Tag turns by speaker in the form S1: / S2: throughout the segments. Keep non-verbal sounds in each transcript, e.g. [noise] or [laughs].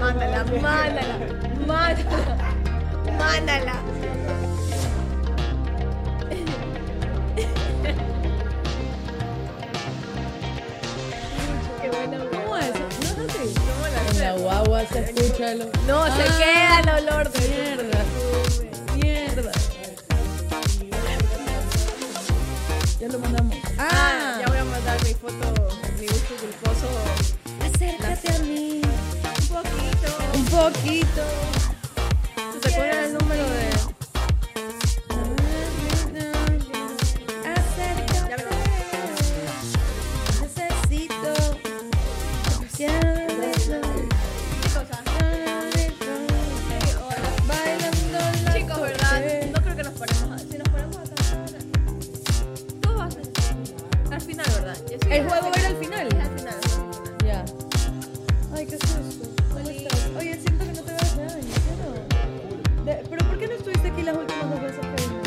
S1: Mándala, mándala, mándala, mándala. Qué buena
S2: ¿Cómo
S1: broma.
S2: es? ¿No es así?
S1: ¿Cómo la
S2: En la
S1: haces?
S2: guagua se escucha el... Ah,
S1: No, se queda el olor de
S2: Mierda, mierda. Ya lo mandamos.
S1: Ah, ya voy a mandar mi foto, mi gusto culposo.
S2: Acércate a mí.
S1: Un poquito.
S2: Un poquito.
S1: ¿Se acuerdan el número de...?
S2: Acércate.
S1: Ya lo-
S2: Necesito. Bailando
S1: Chicos, ah, sí, hola.
S2: la
S1: Chicos, ¿verdad?
S2: noche.
S1: No creo que nos ponemos a... Si nos ponemos acá... Todo va a ser... Al final, ¿verdad? Yo sí-
S2: El juego era al final.
S1: Es al final.
S2: Ya. Ay, qué susto. ¿Cómo estás? Oye, siento que no te voy a hacer daño, ¿cierto? De- ¿Pero por qué no estuviste aquí las últimas dos veces que vine?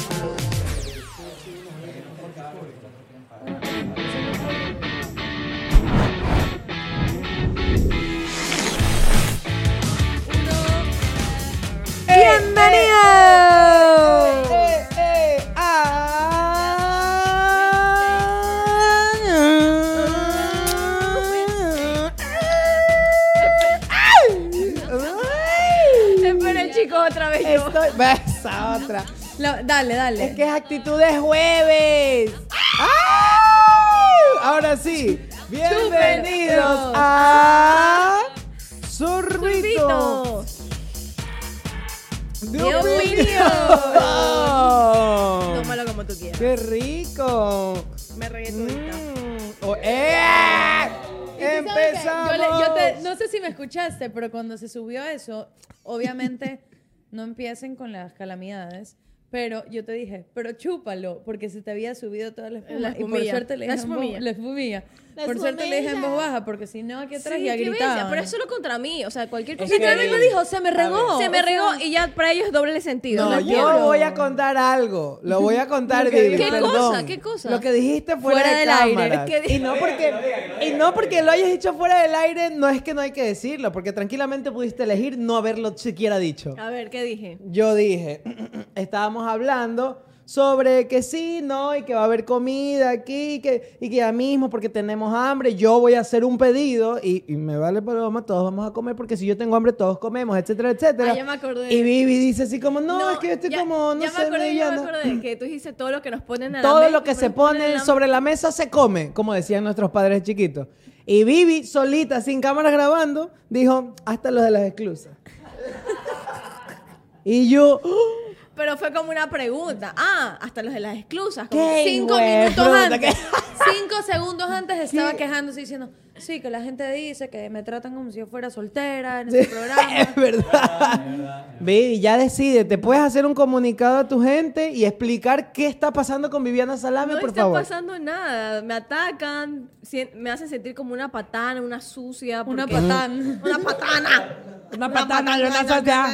S3: Bienvenidos
S1: Esperen, chicos, otra vez yo.
S3: Estoy. Va, Esa otra.
S2: La- dale, dale.
S3: Es que es actitud de jueves. ¡Ay! Ahora sí. Bienvenidos a. Sorbito. De
S1: De
S3: [laughs] opinión.
S1: Tómalo como tú quieras.
S3: ¡Qué rico!
S1: Me regué todita.
S3: Mm. Oh, ¡eh!
S2: ¿Y tú sabes qué?
S3: ¡Empezamos!
S2: Yo le- yo te- no sé si me escuchaste, pero cuando se subió eso, obviamente [laughs] no empiecen con las calamidades. Pero yo te dije, pero chúpalo, porque se te había subido toda la espuma.
S1: La
S2: y por
S1: espumilla.
S2: suerte le
S1: La
S2: dije, en voz,
S1: espumilla.
S2: la espumilla.
S3: La
S2: por suerte le dije en voz
S3: espumilla.
S2: baja, porque si no, aquí atrás
S1: Sí,
S2: ya
S1: qué bestia,
S2: gritaban.
S1: pero es solo contra mí, o sea, cualquier
S3: Es
S1: cosa.
S3: que-
S2: Literalmente lo dijo, se me regó.
S1: Se me
S2: [laughs] o sea,
S1: regó y ya para ellos es doble sentido.
S3: No,
S1: Lo
S3: yo
S1: entiendo.
S3: voy a contar algo. Lo voy a
S2: [laughs]
S3: contar, Vivi,
S1: ¿Qué cosa?
S3: perdón.
S1: ¿Qué cosa?
S3: Lo que dijiste fuera,
S2: Fuera
S3: de
S2: del aire,
S3: cámaras.
S2: ¿qué di-
S3: y, no porque, y no porque lo hayas dicho fuera del aire, no es que no hay que decirlo, porque tranquilamente pudiste elegir no haberlo siquiera dicho.
S1: A ver, ¿qué dije?
S3: Yo dije, [clears throat] estábamos hablando sobre que sí, no, y que va a haber comida aquí, y que, y que ya mismo, porque tenemos hambre, yo voy a hacer un pedido y, y me vale paloma, todos vamos a comer, porque si yo tengo hambre, todos comemos, etcétera, etcétera.
S1: Ah, ya me acordé.
S3: Y Vivi dice así como, no,
S1: No,
S3: es que yo estoy
S1: ya-
S3: como, no
S1: ya
S3: sé,
S1: me acordé, ya me
S3: mediana".
S1: acordé que tú dijiste todo lo que nos ponen a la
S3: Todo
S1: mesa,
S3: lo que se
S1: nos ponen a
S3: pone
S1: la-
S3: sobre la mesa se come, como decían nuestros padres chiquitos. Y Vivi, solita, sin cámaras grabando, dijo, hasta los de
S1: [laughs]
S3: las exclusas. y yo... ¡oh!
S1: Pero fue como una pregunta. Ah, hasta los de las exclusas. como
S3: ¿Qué?
S1: que-
S2: Cinco
S3: güey,
S2: minutos
S3: fruta,
S2: antes.
S3: ¿qué?
S2: [laughs] Cinco segundos antes estaba
S3: Sí.
S2: quejándose diciendo, sí, que la gente dice que me tratan como si yo fuera soltera en
S3: Sí, [laughs]
S2: este programa.
S3: Es verdad. Baby, ya decide. Te puedes hacer un comunicado a tu gente y explicar qué está pasando con Viviana Salame,
S1: No
S3: por
S1: está
S3: favor.
S1: pasando nada. Me atacan, sien- me hacen sentir como una patana, una sucia.
S2: Una
S1: porque-
S2: patán.
S1: Una
S2: [laughs]
S1: patana.
S3: Una patana, yo una socia.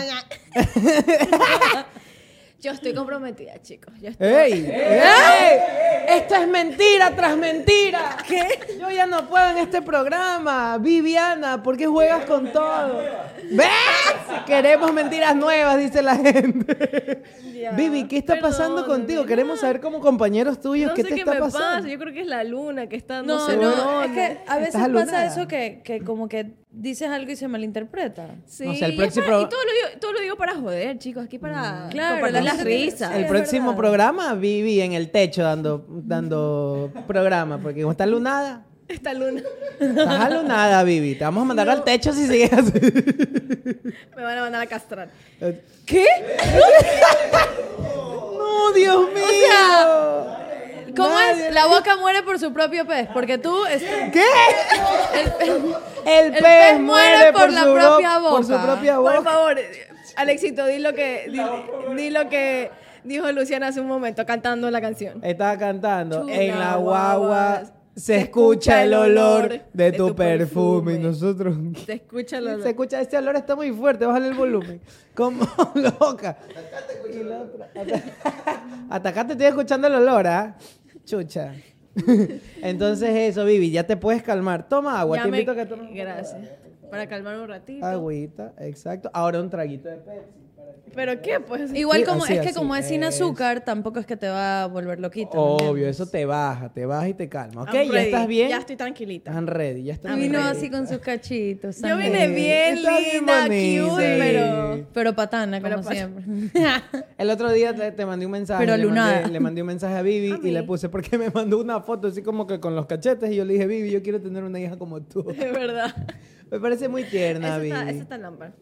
S1: Yo estoy comprometida, chicos. Yo estoy-
S3: ¡Ey! ¡Ey! Esto es mentira tras mentira. ¿Qué? Yo ya no puedo en este programa. Viviana, ¿por qué juegas con todo? ¿Ves? Queremos mentiras nuevas, dice la gente.
S1: Ya.
S3: Vivi, ¿qué está pasando
S1: Perdóname,
S3: contigo? Queremos
S1: nada.
S3: saber como compañeros tuyos
S1: No
S3: qué
S1: sé
S3: te
S1: qué
S3: está
S1: me
S3: pasando.
S1: pasa. Yo creo que es la luna que está. No,
S2: No,
S1: sé.
S2: no,
S3: no,
S2: es que
S3: no,
S2: a
S3: estás
S2: veces pasa
S3: alunada.
S2: eso que, que como que dices algo y se malinterpreta.
S1: Sí,
S3: O sea, el
S1: y es
S3: próximo- Mm.
S1: para- y todo lo, digo, todo lo digo para joder, chicos. Aquí para
S2: Claro,
S1: compartir
S2: la
S1: las
S2: gente-
S1: risas.
S3: El
S2: Es
S3: próximo
S2: verdad.
S3: programa, Vivi en el techo dando, dando programa, porque como está lunada,
S1: Esta luna. [laughs]
S3: estás alunada, Vivi. Te vamos a mandar al techo si sigues así.
S1: Me van a mandar a castrar.
S3: ¿Qué? no, Dios mío.
S2: ¿Cómo
S3: Nadie-
S2: es? La boca muere por su propio pez, porque tú... es-
S3: ¿Qué?
S2: el pez-
S3: El,
S2: El
S3: pez,
S2: pez
S3: muere por, la propia boca. Por su propia
S1: Por
S3: boca.
S1: favor, Alexito, di lo que di, di lo que dijo Luciana hace un momento cantando la canción.
S3: Estaba cantando.
S1: Chula,
S3: en la guagua se escucha el olor de tu perfume. Y nosotros.
S1: Se escucha el
S3: Se
S1: olor.
S3: escucha, ese olor está muy fuerte, bájale
S1: [laughs]
S3: el volumen. Como [laughs] loca. Y la otra, ata- [laughs] Hasta acá te estoy escuchando el olor, ¿ah? Chucha. [laughs] Entonces eso, Vivi, ya te puedes calmar. Toma agua,
S1: Ya
S3: te
S1: me-
S3: invito a que tomes un poco de
S1: Gracias.
S3: agua.
S1: Para calmar un ratito.
S3: Agüita, exacto. Ahora un traguito de Pepsi. para que-
S1: ¿Pero qué? Pues
S2: Igual
S3: Sí,
S2: como
S3: así,
S2: es que
S3: así,
S2: como es sin
S3: es.
S2: azúcar, tampoco es que te va a volver loquito. ¿me
S3: Obvio,
S2: entiendes?
S3: eso te baja, te baja y te calma. Ok,
S1: I'm
S3: ya
S1: ready,
S3: estás bien.
S1: Ya estoy tranquilita.
S3: Están ready, ya estás
S2: Y vino
S3: ready.
S2: así con sus cachitos.
S1: Yo
S2: también.
S1: vine bien
S3: Está Ah, bien
S1: linda,
S3: bonita,
S1: cute,
S3: sí.
S1: pero...
S2: Pero patana,
S1: Pero
S2: como
S1: pat- [laughs]
S3: [laughs]
S2: siempre.
S3: El otro día te, te mandé un mensaje.
S2: Pero
S3: le mandé-
S2: lunada.
S3: Le mandé un mensaje a Vivi
S1: [laughs] A
S3: y le
S1: mí.
S3: puse porque me mandó una foto así como que con los cachetes y yo le dije, Vivi, yo quiero tener una hija como tú.
S1: De verdad.
S3: Me parece muy tierna,
S1: Eso
S3: Vivi.
S1: está, eso está lámpara.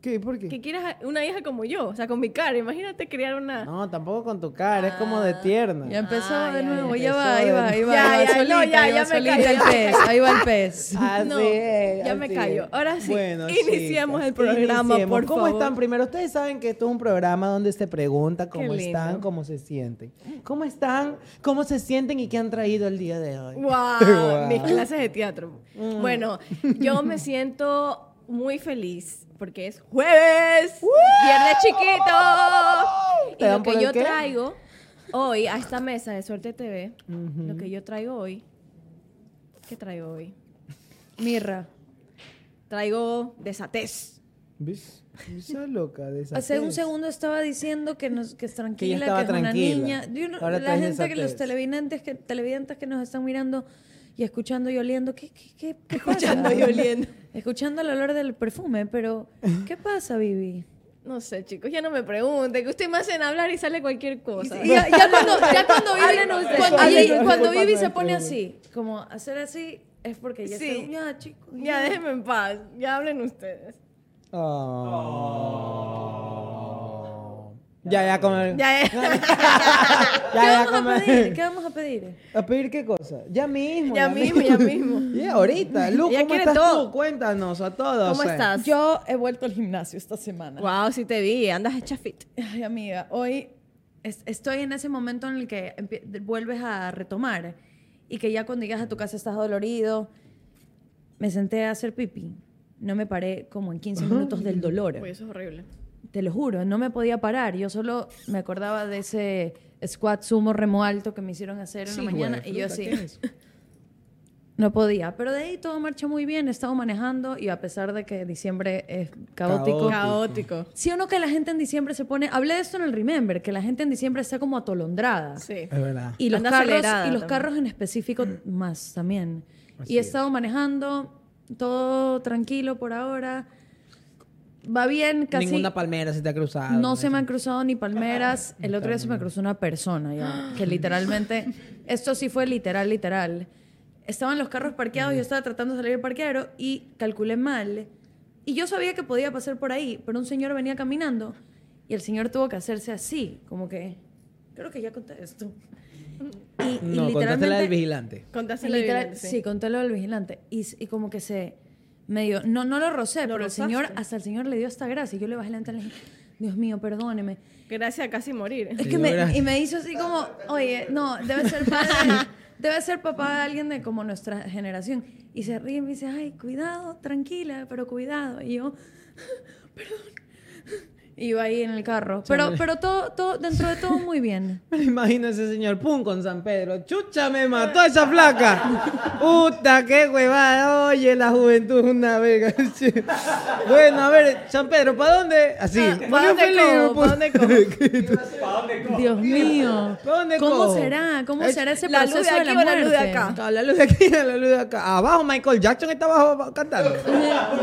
S3: ¿Qué? ¿Por qué?
S1: Que quieras una hija como yo, o sea, con mi cara. Imagínate criar una... [laughs]
S3: No, tampoco con tu cara, es como de tierna.
S2: ya empezó
S1: Ah,
S2: de
S1: ya,
S2: nuevo,
S3: ya
S2: ya va,
S3: empezó
S2: ahí
S3: de
S2: va, ahí
S3: nuevo.
S2: va.
S1: Ya,
S2: ahí va
S1: ya, no,
S2: solita,
S1: ya,
S2: ahí va
S1: ya me
S2: solita
S1: callo,
S2: el
S1: ya me
S2: pez, ahí va el pez.
S1: [laughs]
S3: Así
S1: No,
S3: es,
S1: ya me
S3: así
S1: callo.
S3: es.
S1: Ahora sí, [laughs]
S3: Bueno,
S1: iniciamos
S3: chicas,
S1: el programa, por
S3: ¿Cómo
S1: favor.
S3: están? Primero, ustedes saben que esto es un programa donde se pregunta cómo
S1: lindo.
S3: están, cómo se sienten. ¿Cómo están? ¿Cómo se sienten y qué han traído el día de hoy?
S1: Wow,
S3: Guau. Mm.
S1: mis clases de teatro. Bueno,
S3: [laughs]
S1: yo me siento muy feliz porque es jueves, viernes chiquito.
S3: ¿Te
S1: Y
S3: dan
S1: lo
S3: por
S1: que
S3: el
S1: yo
S3: qué?
S1: traigo hoy a esta mesa de Suerte TV, lo
S3: Mm.
S1: que yo traigo hoy, ¿qué traigo hoy?
S2: Mirra.
S1: Traigo desatez.
S3: ¿Ves? Esa loca de esa
S2: Hace un
S3: tez.
S2: segundo estaba diciendo que, nos, que es tranquila, que,
S3: estaba
S2: es
S3: tranquila.
S2: una niña. Yo no-
S3: Ahora
S2: la
S3: traes
S2: gente, que los
S3: desatez.
S2: televidentes que, televidentes que nos están mirando y escuchando y oliendo, ¿qué, qué, qué, qué
S1: Escuchando
S2: pasa?
S1: y oliendo.
S2: [laughs] Escuchando el olor del perfume, pero ¿qué pasa, Vivi?
S1: No sé, chicos, ya no me pregunten, que ustedes me hacen hablar y sale cualquier cosa.
S2: Y ya, ya cuando, ya [laughs] cuando Vivi,
S1: Hablen
S2: cuando,
S1: ustedes.
S2: Vivi-
S3: Hablen ustedes.
S2: cuando
S3: Disculpa,
S2: Vivi
S3: no
S2: se pone
S3: entiendo.
S2: así, como hacer así, es porque ya
S1: Sí.
S2: está, ya chicos,
S1: Ya déjenme en paz, ya hablen ustedes.
S3: Oh. Ya, ya, con el-
S1: Ya es.
S2: ¿Qué
S3: Ya, ya,
S2: vamos a
S3: con-
S2: pedir?
S3: [laughs]
S2: ¿Qué vamos a pedir?
S3: ¿A pedir qué cosa? Ya mismo.
S1: Ya mismo, ya mismo.
S3: [laughs] Ya, ahorita. Lu,
S1: Ella
S3: ¿cómo
S1: quiere
S3: estás
S1: todo.
S3: tú? Cuéntanos a todos.
S1: ¿Cómo
S3: eh.
S1: estás?
S2: Yo he vuelto al gimnasio esta semana.
S1: Wow, sí te vi, andas hecha fit.
S2: Ay, amiga, hoy es- estoy en ese momento en el que empie- de- vuelves a retomar y que ya cuando llegas a tu casa estás dolorido. Me senté a hacer pipí. No me paré como en 15 minutos del dolor.
S3: Pues.
S1: Uy, eso es horrible.
S2: Te lo juro, no me podía parar. Yo solo me acordaba de ese squat sumo remo alto que me hicieron hacer en
S3: Sí,
S2: la mañana
S3: güey,
S2: y yo
S3: fruta,
S2: así
S3: ¿qué es eso?
S2: [laughs] no podía. Pero de ahí todo marcha muy bien. He estado manejando y a pesar de que diciembre es caótico,
S1: Caótico.
S2: ¿Sí o no que la gente en diciembre se pone... Hablé de esto en el Remember, que la gente en diciembre está como atolondrada.
S1: Sí.
S3: Es verdad.
S2: Y los,
S1: Anda
S2: carros,
S1: acelerada
S2: y los
S1: también.
S2: carros en específico más también.
S3: Mm. Así
S2: y he
S3: es.
S2: estado manejando, todo tranquilo por ahora. Va bien, casi...
S3: Ninguna palmera se te ha cruzado.
S2: No se me han cruzado ni palmeras. El otro día se me cruzó una
S3: [gasps]
S2: persona ya, que literalmente, esto sí fue literal, literal. Estaban los carros parqueados, yo estaba tratando de salir del parqueadero y calculé mal. Y yo sabía que podía pasar por ahí, pero un señor venía caminando y el señor tuvo que hacerse así, como que, creo que ya conté esto. Y, y
S3: No, contaste la del
S2: literalmente,
S3: vigilante.
S1: Contaste
S2: Literal-
S1: la
S2: sí, conté lo del vigilante. Y, s- y como que se medio, no, no lo rocé, pero el
S1: rozaste.
S2: señor, hasta el señor le dio esta gracia. Y Yo le bajé la ventana y le dije, Dios mío, perdóneme.
S1: Gracias a casi morir.
S2: Es
S3: Te
S2: que
S3: dio
S2: me,
S3: gracia.
S2: y me hizo así como, oye, no, debe ser padre, debe ser papá de alguien de como nuestra generación. Y se ríe y me dice, ay, cuidado, tranquila, pero cuidado. Y yo, [laughs] perdón. [laughs] Y yo ahí en el carro. Pero, pero todo, todo, dentro de todo muy bien.
S3: Me lo imagino a ese señor pum con San Pedro. Chucha, me mató esa flaca. Puta, qué huevada. Oye, la juventud es una verga. [laughs] Sí. Bueno, a ver, San Pedro, ¿para dónde? Así. pues.
S1: Ah, ¿pa' dónde cojo? ¿Pa' dónde
S3: [laughs]
S2: Dios mío.
S3: ¿Pa' dónde
S2: ¿Cómo
S3: cojo?
S2: será? ¿Cómo
S3: Es-
S2: será ese
S1: la luz
S2: proceso
S1: de
S2: de, la
S1: aquí o la luz de
S2: muerte?
S1: acá.
S3: A la luz de aquí, a la luz de acá. Abajo Michael Jackson está abajo cantando.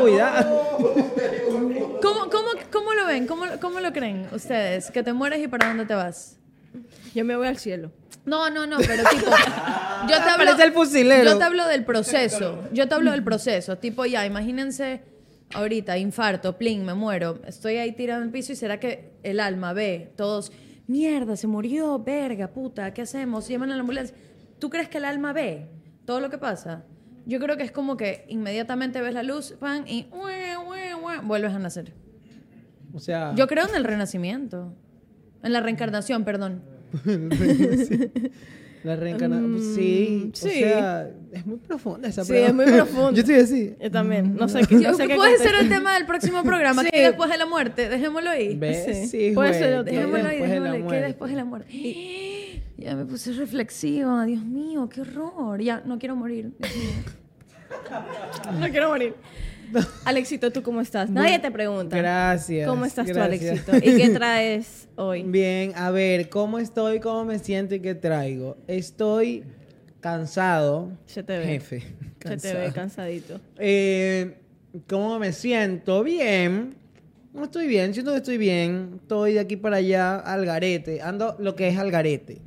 S3: Cuidado.
S2: ¿Cómo, cómo, cómo lo ven? ¿Cómo, ¿Cómo lo creen ustedes? ¿Que te mueres y para dónde te vas?
S1: [laughs] Yo me voy al cielo.
S2: No, no, no, pero tipo. [laughs] Yo te hablo,
S3: Parece el fusilero.
S2: Yo te hablo del proceso. Yo te hablo del proceso. Tipo, ya, imagínense ahorita, infarto, plin, me muero. Estoy ahí tirado en el piso y será que el alma ve, todos, mierda, se murió, verga, puta, ¿qué hacemos? Llaman a la ambulancia. ¿Tú crees que el alma ve todo lo que pasa? Yo creo que es como que inmediatamente ves la luz, pan, y ue, ue, ue, vuelves a nacer.
S3: O sea,
S1: [laughs]
S3: [laughs]
S2: Yo creo en el renacimiento. En la reencarnación, perdón.
S3: la reencarnación. pues sí, O
S1: Mm, sí.
S3: sea, es muy profunda esa
S1: Sí,
S3: pregunta. [laughs]
S1: es muy profunda.
S3: Yo estoy así.
S1: Mm. Yo también. No sé qué. No sé qué
S2: puede ser el
S1: contestar.
S2: tema del próximo programa,
S1: Sí.
S2: que después de la muerte, dejémoslo ahí.
S3: ¿Ves?
S1: Sí.
S3: Sí,
S1: Puede
S3: güey,
S1: ser otro.
S3: que
S2: Dejémoslo ahí,
S3: después de la
S2: dejémoslo ahí, que
S3: muerte.
S2: después de la muerte. Ya me puse reflexiva, Dios
S3: [laughs]
S2: mío, qué horror. Ya, no quiero morir. Dios mío.
S1: No quiero morir. Alexito, ¿tú cómo estás? Nadie te pregunta.
S3: Gracias.
S1: ¿Cómo estás tú,
S3: gracias. [laughs]
S1: Alexito? ¿Y qué traes hoy?
S3: Bien, a ver, ¿cómo estoy? ¿Cómo me siento y qué traigo? Estoy cansado.
S1: Se te ve.
S3: Jefe.
S1: Se te ve cansadito.
S3: Eh, ¿Cómo me siento? Bien. No estoy bien, siento que estoy bien. Estoy de aquí para allá al garete. Ando lo que es al garete.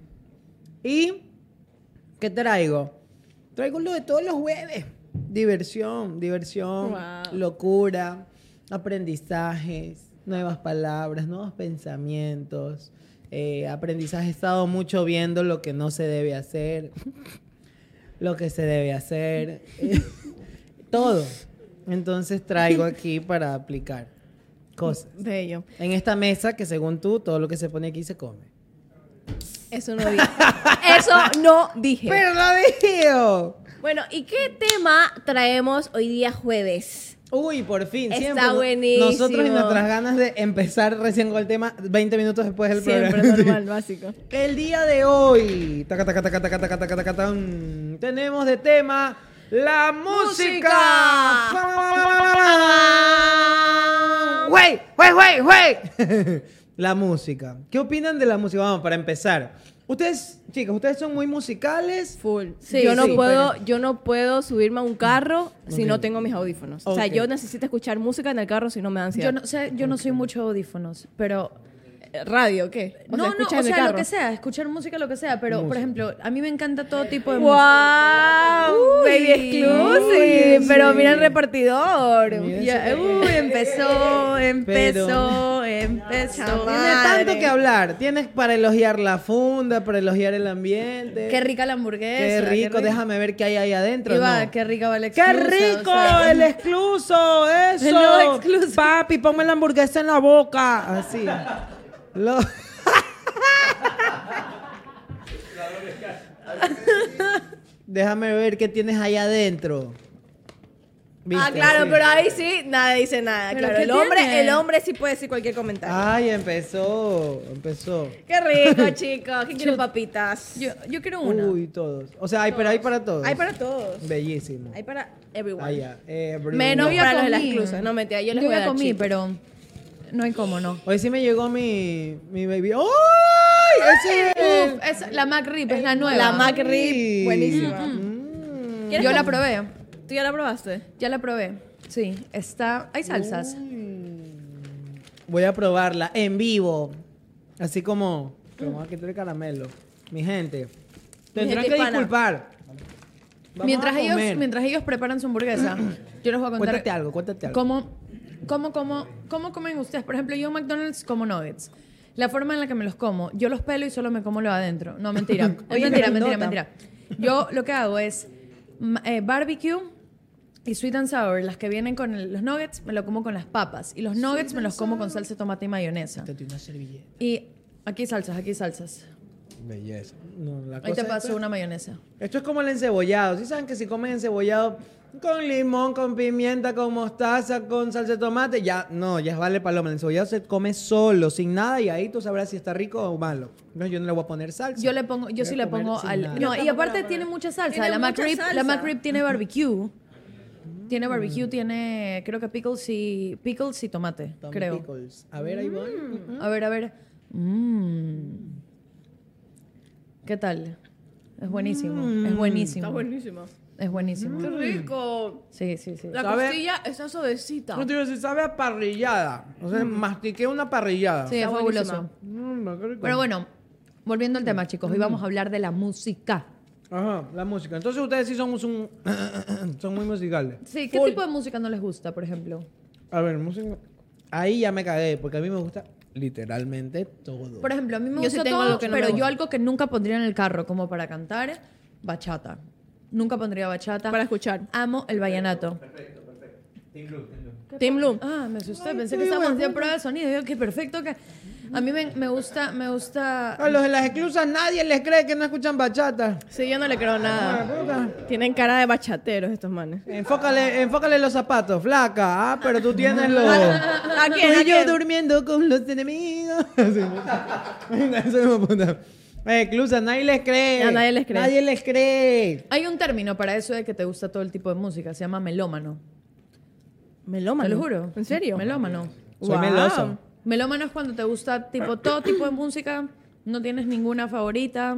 S3: ¿Y qué traigo? Traigo lo de todos los jueves. Diversión, diversión,
S1: Wow.
S3: locura, aprendizajes, nuevas palabras, nuevos pensamientos. Eh, aprendizaje, he estado mucho viendo lo que no se debe hacer lo que se debe hacer, eh, todo. Entonces traigo aquí para aplicar cosas.
S1: Bello.
S3: En esta mesa que según tú, todo lo que se pone aquí se come.
S1: Eso no [laughs] dije. Eso no dije.
S3: ¡Pero lo digo!
S1: Bueno, ¿y qué tema traemos hoy día jueves?
S3: Uy, por fin.
S1: Está
S3: siempre, ¿no?
S1: buenísimo.
S3: Nosotros y nuestras ganas de empezar recién con el tema 20 minutos después del
S1: Siempre
S3: programa.
S1: normal, básico.
S3: El día de hoy, taca, taca, taca, taca, taca, taca, taca, tan, tenemos de tema la música. ¡Güey, güey, güey, güey! [laughs] La música. ¿Qué opinan de la música? Vamos, para empezar. Ustedes, chicas, ustedes son muy musicales.
S1: Full.
S2: Sí,
S1: yo no
S2: sí.
S1: puedo, yo no puedo subirme a un carro si
S3: Ok.
S1: no tengo mis audífonos. O sea,
S3: Ok.
S1: yo necesito escuchar música en el carro si no me da ansiedad.
S2: Yo no, sé, yo no soy mucho audífonos, pero...
S1: Eh, radio, ¿qué? O
S2: no,
S1: sea,
S2: no,
S1: escuchas
S2: o
S1: en el
S2: sea, lo
S1: carro.
S2: que sea, escuchar música, lo que sea, pero, por ejemplo, a mí me encanta todo tipo de música.
S1: ¡Wow!
S2: Uy.
S1: baby exclusive.
S3: Uy,
S1: pero
S3: sí.
S1: mira el repartidor.
S3: Mira
S2: Ya,
S3: ese-
S2: uy, empezó, empezó, empezó.
S3: Tiene tanto que hablar. Tienes para elogiar la funda, para elogiar el ambiente.
S2: Qué rica la hamburguesa.
S3: Qué rico, déjame ver qué hay ahí adentro.
S2: Iba,
S3: ¿no?
S2: qué rica va el
S3: ¡Qué
S2: exclusa, o
S3: rico!
S2: sea.
S3: ¡El excluso! ¡Eso!
S2: El nuevo excluso.
S3: Papi, ponme la hamburguesa en la boca. Así. Lo- Déjame ver qué tienes ahí adentro.
S1: Ah,
S3: ¿Viste?
S1: claro,
S3: Sí.
S1: pero ahí sí nada dice nada.
S2: ¿Pero
S1: Claro,
S2: qué
S1: el hombre,
S2: tiene?
S1: el hombre sí puede decir cualquier comentario.
S3: Ay, empezó. Empezó.
S1: Qué
S3: [laughs]
S1: rico, chicos. ¿Quién quiere papitas?
S2: Yo, yo quiero una.
S3: Uy, todos. O sea, hay, pero hay para todos.
S1: Hay para todos.
S3: Bellísimo.
S1: Hay para everyone.
S3: Ah, ya. Eh, Bruno.
S1: Menos
S2: Yo ya
S1: para los de las
S2: comí.
S1: exclusas. No, mentira, yo les voy a
S2: ya
S1: dar
S2: comí,
S1: chips.
S2: pero no hay cómo, no.
S3: Hoy sí me llegó mi, mi baby. ¡Ay! Ese es el-
S2: Uf, es la Mac Rip es la nueva.
S1: La Mac
S3: Sí.
S1: Rip, buenísima.
S3: Mm.
S1: ¿Quieres
S2: Yo la
S1: com-
S2: probé.
S1: ¿Tú ya la probaste?
S2: Ya la probé. Sí, está. Hay salsas.
S3: Uh, Voy a probarla en vivo. Así como. Como aquí trae caramelo. Mi gente. Tendrán
S1: gente
S3: que
S1: hispana.
S3: disculpar. Vamos
S2: Mientras
S3: a
S2: ellos,
S3: comer.
S2: mientras ellos preparan su hamburguesa, yo les voy a contar.
S3: Cuéntate algo, cuéntate algo.
S2: ¿Cómo, cómo, cómo, cómo comen ustedes? Por ejemplo, yo en McDonald's como nuggets. La forma en la que me los como, yo los pelo y solo me como lo adentro.
S3: [laughs]
S2: No, mentira.
S3: Oye,
S2: mentira,
S3: qué
S2: mentira,
S3: grandota.
S2: mentira. Yo lo que hago es ma- eh, barbecue y sweet and sour, las que vienen con el- los nuggets, me lo como con las papas. Y los nuggets me los como con salsa de tomate y mayonesa.
S3: Cuéntate una servilleta.
S2: Y aquí salsas, aquí salsas.
S3: Belleza. No, la
S2: Ahí te
S3: cosa-
S2: paso
S3: esto,
S2: una mayonesa.
S3: esto es como el encebollado. Si saben que si comen encebollado con limón, con pimienta, con mostaza, con salsa de tomate, ya no, ya vale paloma. El encebollado se come solo, sin nada, y ahí tú sabrás si está rico o malo. No, yo no le voy a poner salsa.
S2: Yo le pongo, yo sí
S3: voy a
S2: le pongo
S3: comer sin nada.
S2: al. No, y
S1: tampoco
S2: aparte
S1: la
S2: tiene mucha salsa.
S1: Tiene
S2: la
S1: mucha
S2: McRib,
S1: salsa.
S2: la McRib tiene barbecue. Tiene barbecue, tiene creo que pickles y pickles y tomate,
S3: Tommy
S2: creo.
S3: Pickles. A ver, ahí voy.
S2: A ver, a ver. Mm. ¿Qué tal? Es buenísimo, es
S1: Está
S2: buenísimo.
S1: buenísima.
S2: Es buenísimo.
S1: Qué rico.
S2: Sí, sí, sí.
S1: La
S3: ¿Sabe?
S1: costilla está suavecita.
S3: No te digo, si sabe a parrillada. O sea, mastiqué una parrillada.
S2: Mm. Sí, es
S1: Está
S2: fabuloso.
S3: Mm, qué rico.
S2: Pero bueno, volviendo al tema, chicos, hoy vamos a hablar de la música.
S3: Ajá, la música. Entonces ustedes sí son, [coughs] un- son muy musicales.
S2: Sí, ¿qué
S1: Full.
S2: tipo de música no les gusta, por ejemplo?
S3: A ver, música. Ahí ya me cagué, porque a mí me gusta literalmente todo.
S2: Por ejemplo, a mí me
S1: Yo
S2: gusta
S1: sí tengo
S2: todo,
S1: algo que no me
S2: pero yo
S1: gusta.
S2: algo que nunca pondría en el carro como para cantar, bachata. Nunca pondría bachata.
S1: Para escuchar.
S2: Amo el vallenato.
S1: Tim Bloom.
S2: Ah, me asusté, pensé que estábamos haciendo prueba de sonido. Yo, qué perfecto que... A mí me, me gusta, me gusta...
S3: A los de las exclusas nadie les cree que no escuchan bachata.
S1: Sí, yo no le creo nada. Tienen cara de bachateros estos
S3: [laughs]
S1: manes.
S3: Enfócale, enfócale los zapatos, flaca. Ah, pero tú tienes los.
S1: ¿A quién? ¿A
S3: Tú y yo
S1: quién?
S3: durmiendo con los enemigos. [laughs] Sí, Eso me apunta. Eh, Clusa, nadie les cree.
S1: A nadie les cree.
S3: Nadie les cree.
S2: Hay un término para eso de que te gusta todo el tipo de música, se llama melómano.
S1: Melómano.
S2: Te lo juro.
S1: ¿En serio?
S2: Melómano.
S3: Soy meloso.
S2: Melómano es cuando te gusta tipo todo tipo de música, no tienes ninguna favorita.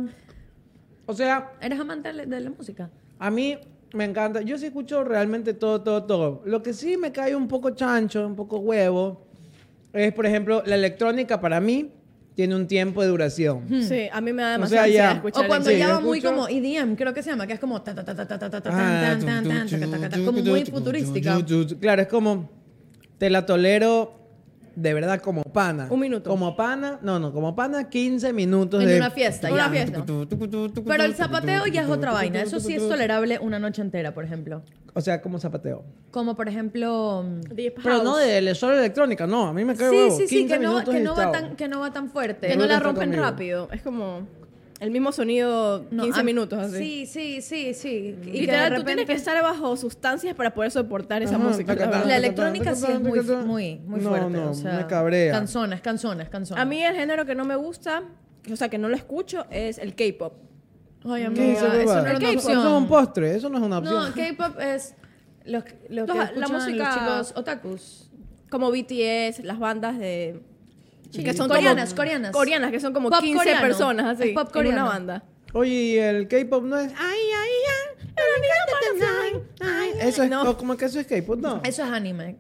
S3: O sea,
S2: Eres amante de la- de la música.
S3: a mí me encanta. Yo sí escucho realmente todo, todo, todo. Lo que sí me cae un poco chancho, un poco huevo, es, por ejemplo, la electrónica para mí tiene un tiempo de duración.
S1: Sí, a mí me da
S3: O
S1: demasiado
S3: sea, ya.
S1: escuchar
S2: O cuando
S3: Sí,
S2: ya
S3: yo
S2: va muy
S3: escucho-
S2: como EDM, creo que se llama, que es como ta ta ta ta ta ta ta ta
S3: Ah,
S2: tan,
S3: tu,
S2: tan,
S3: tu,
S2: tan,
S3: tu,
S2: taca, taca,
S3: tu,
S2: taca, como
S3: tu,
S2: muy
S3: tu,
S2: futurística.
S3: tu, tu, tu. Claro, es como te la tolero de verdad como pana.
S1: Un minuto.
S3: Como pana, no, no, como pana 15 minutos
S2: En
S3: de
S2: una fiesta,
S1: Una
S2: ya.
S1: fiesta.
S2: Pero el zapateo ya es otra vaina, eso sí es tolerable una noche entera, por ejemplo.
S3: O sea, como zapateo.
S2: Como por ejemplo, mm,
S1: Deep House.
S3: Pero no de solo electrónica, no, a mí me cae
S2: sí,
S3: huevo.
S2: sí, sí,
S3: 15
S2: que no,
S3: minutos
S2: que
S3: y
S2: no va
S3: chao.
S2: tan que no va tan fuerte.
S1: Que no
S3: Creo que
S1: la
S3: está
S1: rompen
S3: conmigo.
S1: rápido. Es como el mismo sonido
S2: No,
S1: 15
S2: a-
S1: minutos así.
S2: Sí, sí, sí, sí. Y que de
S1: Literal, tú tienes
S2: repente
S1: que estar bajo sustancias para poder soportar esa
S3: Ajá,
S1: música.
S3: taca,
S1: la
S3: taca.
S1: verdad.
S2: la electrónica sí es muy muy muy
S3: No,
S2: fuerte,
S3: no,
S2: o sea,
S3: me cabrea.
S2: Canzones, canzones, canzones.
S1: A mí el género que no me gusta, o sea, que no lo escucho, es el K-pop.
S2: Ay,
S3: ¿Qué
S2: amiga,
S3: dice,
S2: eso
S3: huevada?
S2: no era una
S1: K-pop?
S3: Eso es
S2: opción.
S3: un postre, eso no es una opción.
S2: No, K-pop es los, los que
S1: Los- la
S2: escuchan los
S1: música-
S2: chicos otakus.
S1: Como BTS, las bandas de... Que son
S2: Coreanas,
S1: como-
S2: coreanas.
S1: Coreanas, que son como
S2: Pop
S1: 15
S2: coreano.
S1: personas así.
S2: Es
S1: en
S2: pop
S1: una
S2: coreano.
S1: banda.
S3: Oye, ¿y el K-pop no
S2: Ah,
S3: es. Ay, ay, ay. ay, ay, ay, Eso es
S1: No.
S3: no, como que eso es K-pop, no.
S2: Eso es anime.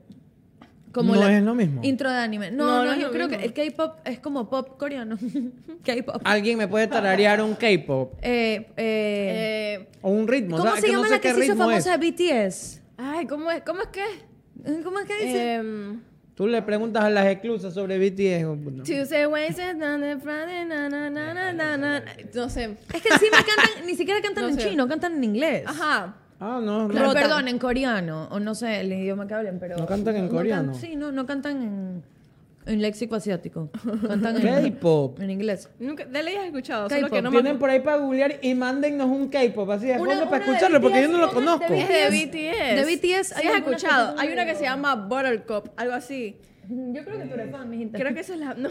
S3: No es lo mismo.
S2: Intro de anime.
S1: No,
S2: No, no,
S1: no es
S2: yo
S1: lo
S2: creo
S1: mismo.
S2: que el K-pop es como pop coreano. [laughs] K-pop.
S3: ¿Alguien me puede tararear un K-pop?
S2: Eh, eh,
S1: Eh,
S3: O un ritmo.
S2: ¿Cómo
S3: o sea,
S2: se
S3: que
S2: llama
S3: no sé
S2: la que
S3: qué
S2: se hizo
S3: ritmo
S2: famosa de BTS?
S1: ay, ¿cómo es? ¿Cómo es que? es?
S2: ¿Cómo es que dice?
S1: Em,
S3: es. Tú le preguntas a las exclusas sobre BTS. o- no.
S1: Tuesday, Wednesday, na, na, Friday, na, na, na, na, na, na. No sé.
S2: es que encima cantan, ni siquiera cantan
S1: No
S2: en
S1: sé.
S2: chino, cantan en inglés.
S1: Ajá.
S3: Ah, no, no.
S2: Claro,
S1: Rotan.
S2: perdón, en coreano, o no sé el idioma que hablen, pero...
S3: No cantan en
S2: can-
S3: coreano.
S2: sí, no, no cantan en, en léxico asiático. Cantan en,
S3: K-pop.
S2: en inglés.
S1: Nunca, de ley has escuchado, solo
S2: K-pop.
S1: que no me
S3: Tienen por ahí para googlear y mándennos un K-pop así de
S2: Una-
S3: fondo para
S2: una de
S3: escucharlo porque yo
S2: BTS,
S3: no lo
S2: una de
S3: conozco.
S1: Es
S2: BTS.
S1: de BTS.
S2: De BTS,
S1: Sí,
S2: hay
S1: has
S2: algunas que
S1: escuchado.
S2: son
S1: Hay una que
S2: medio-
S1: se llama Buttercup, algo así.
S2: Yo creo que tú eres fan, mijita.
S1: Creo que esa es la. No,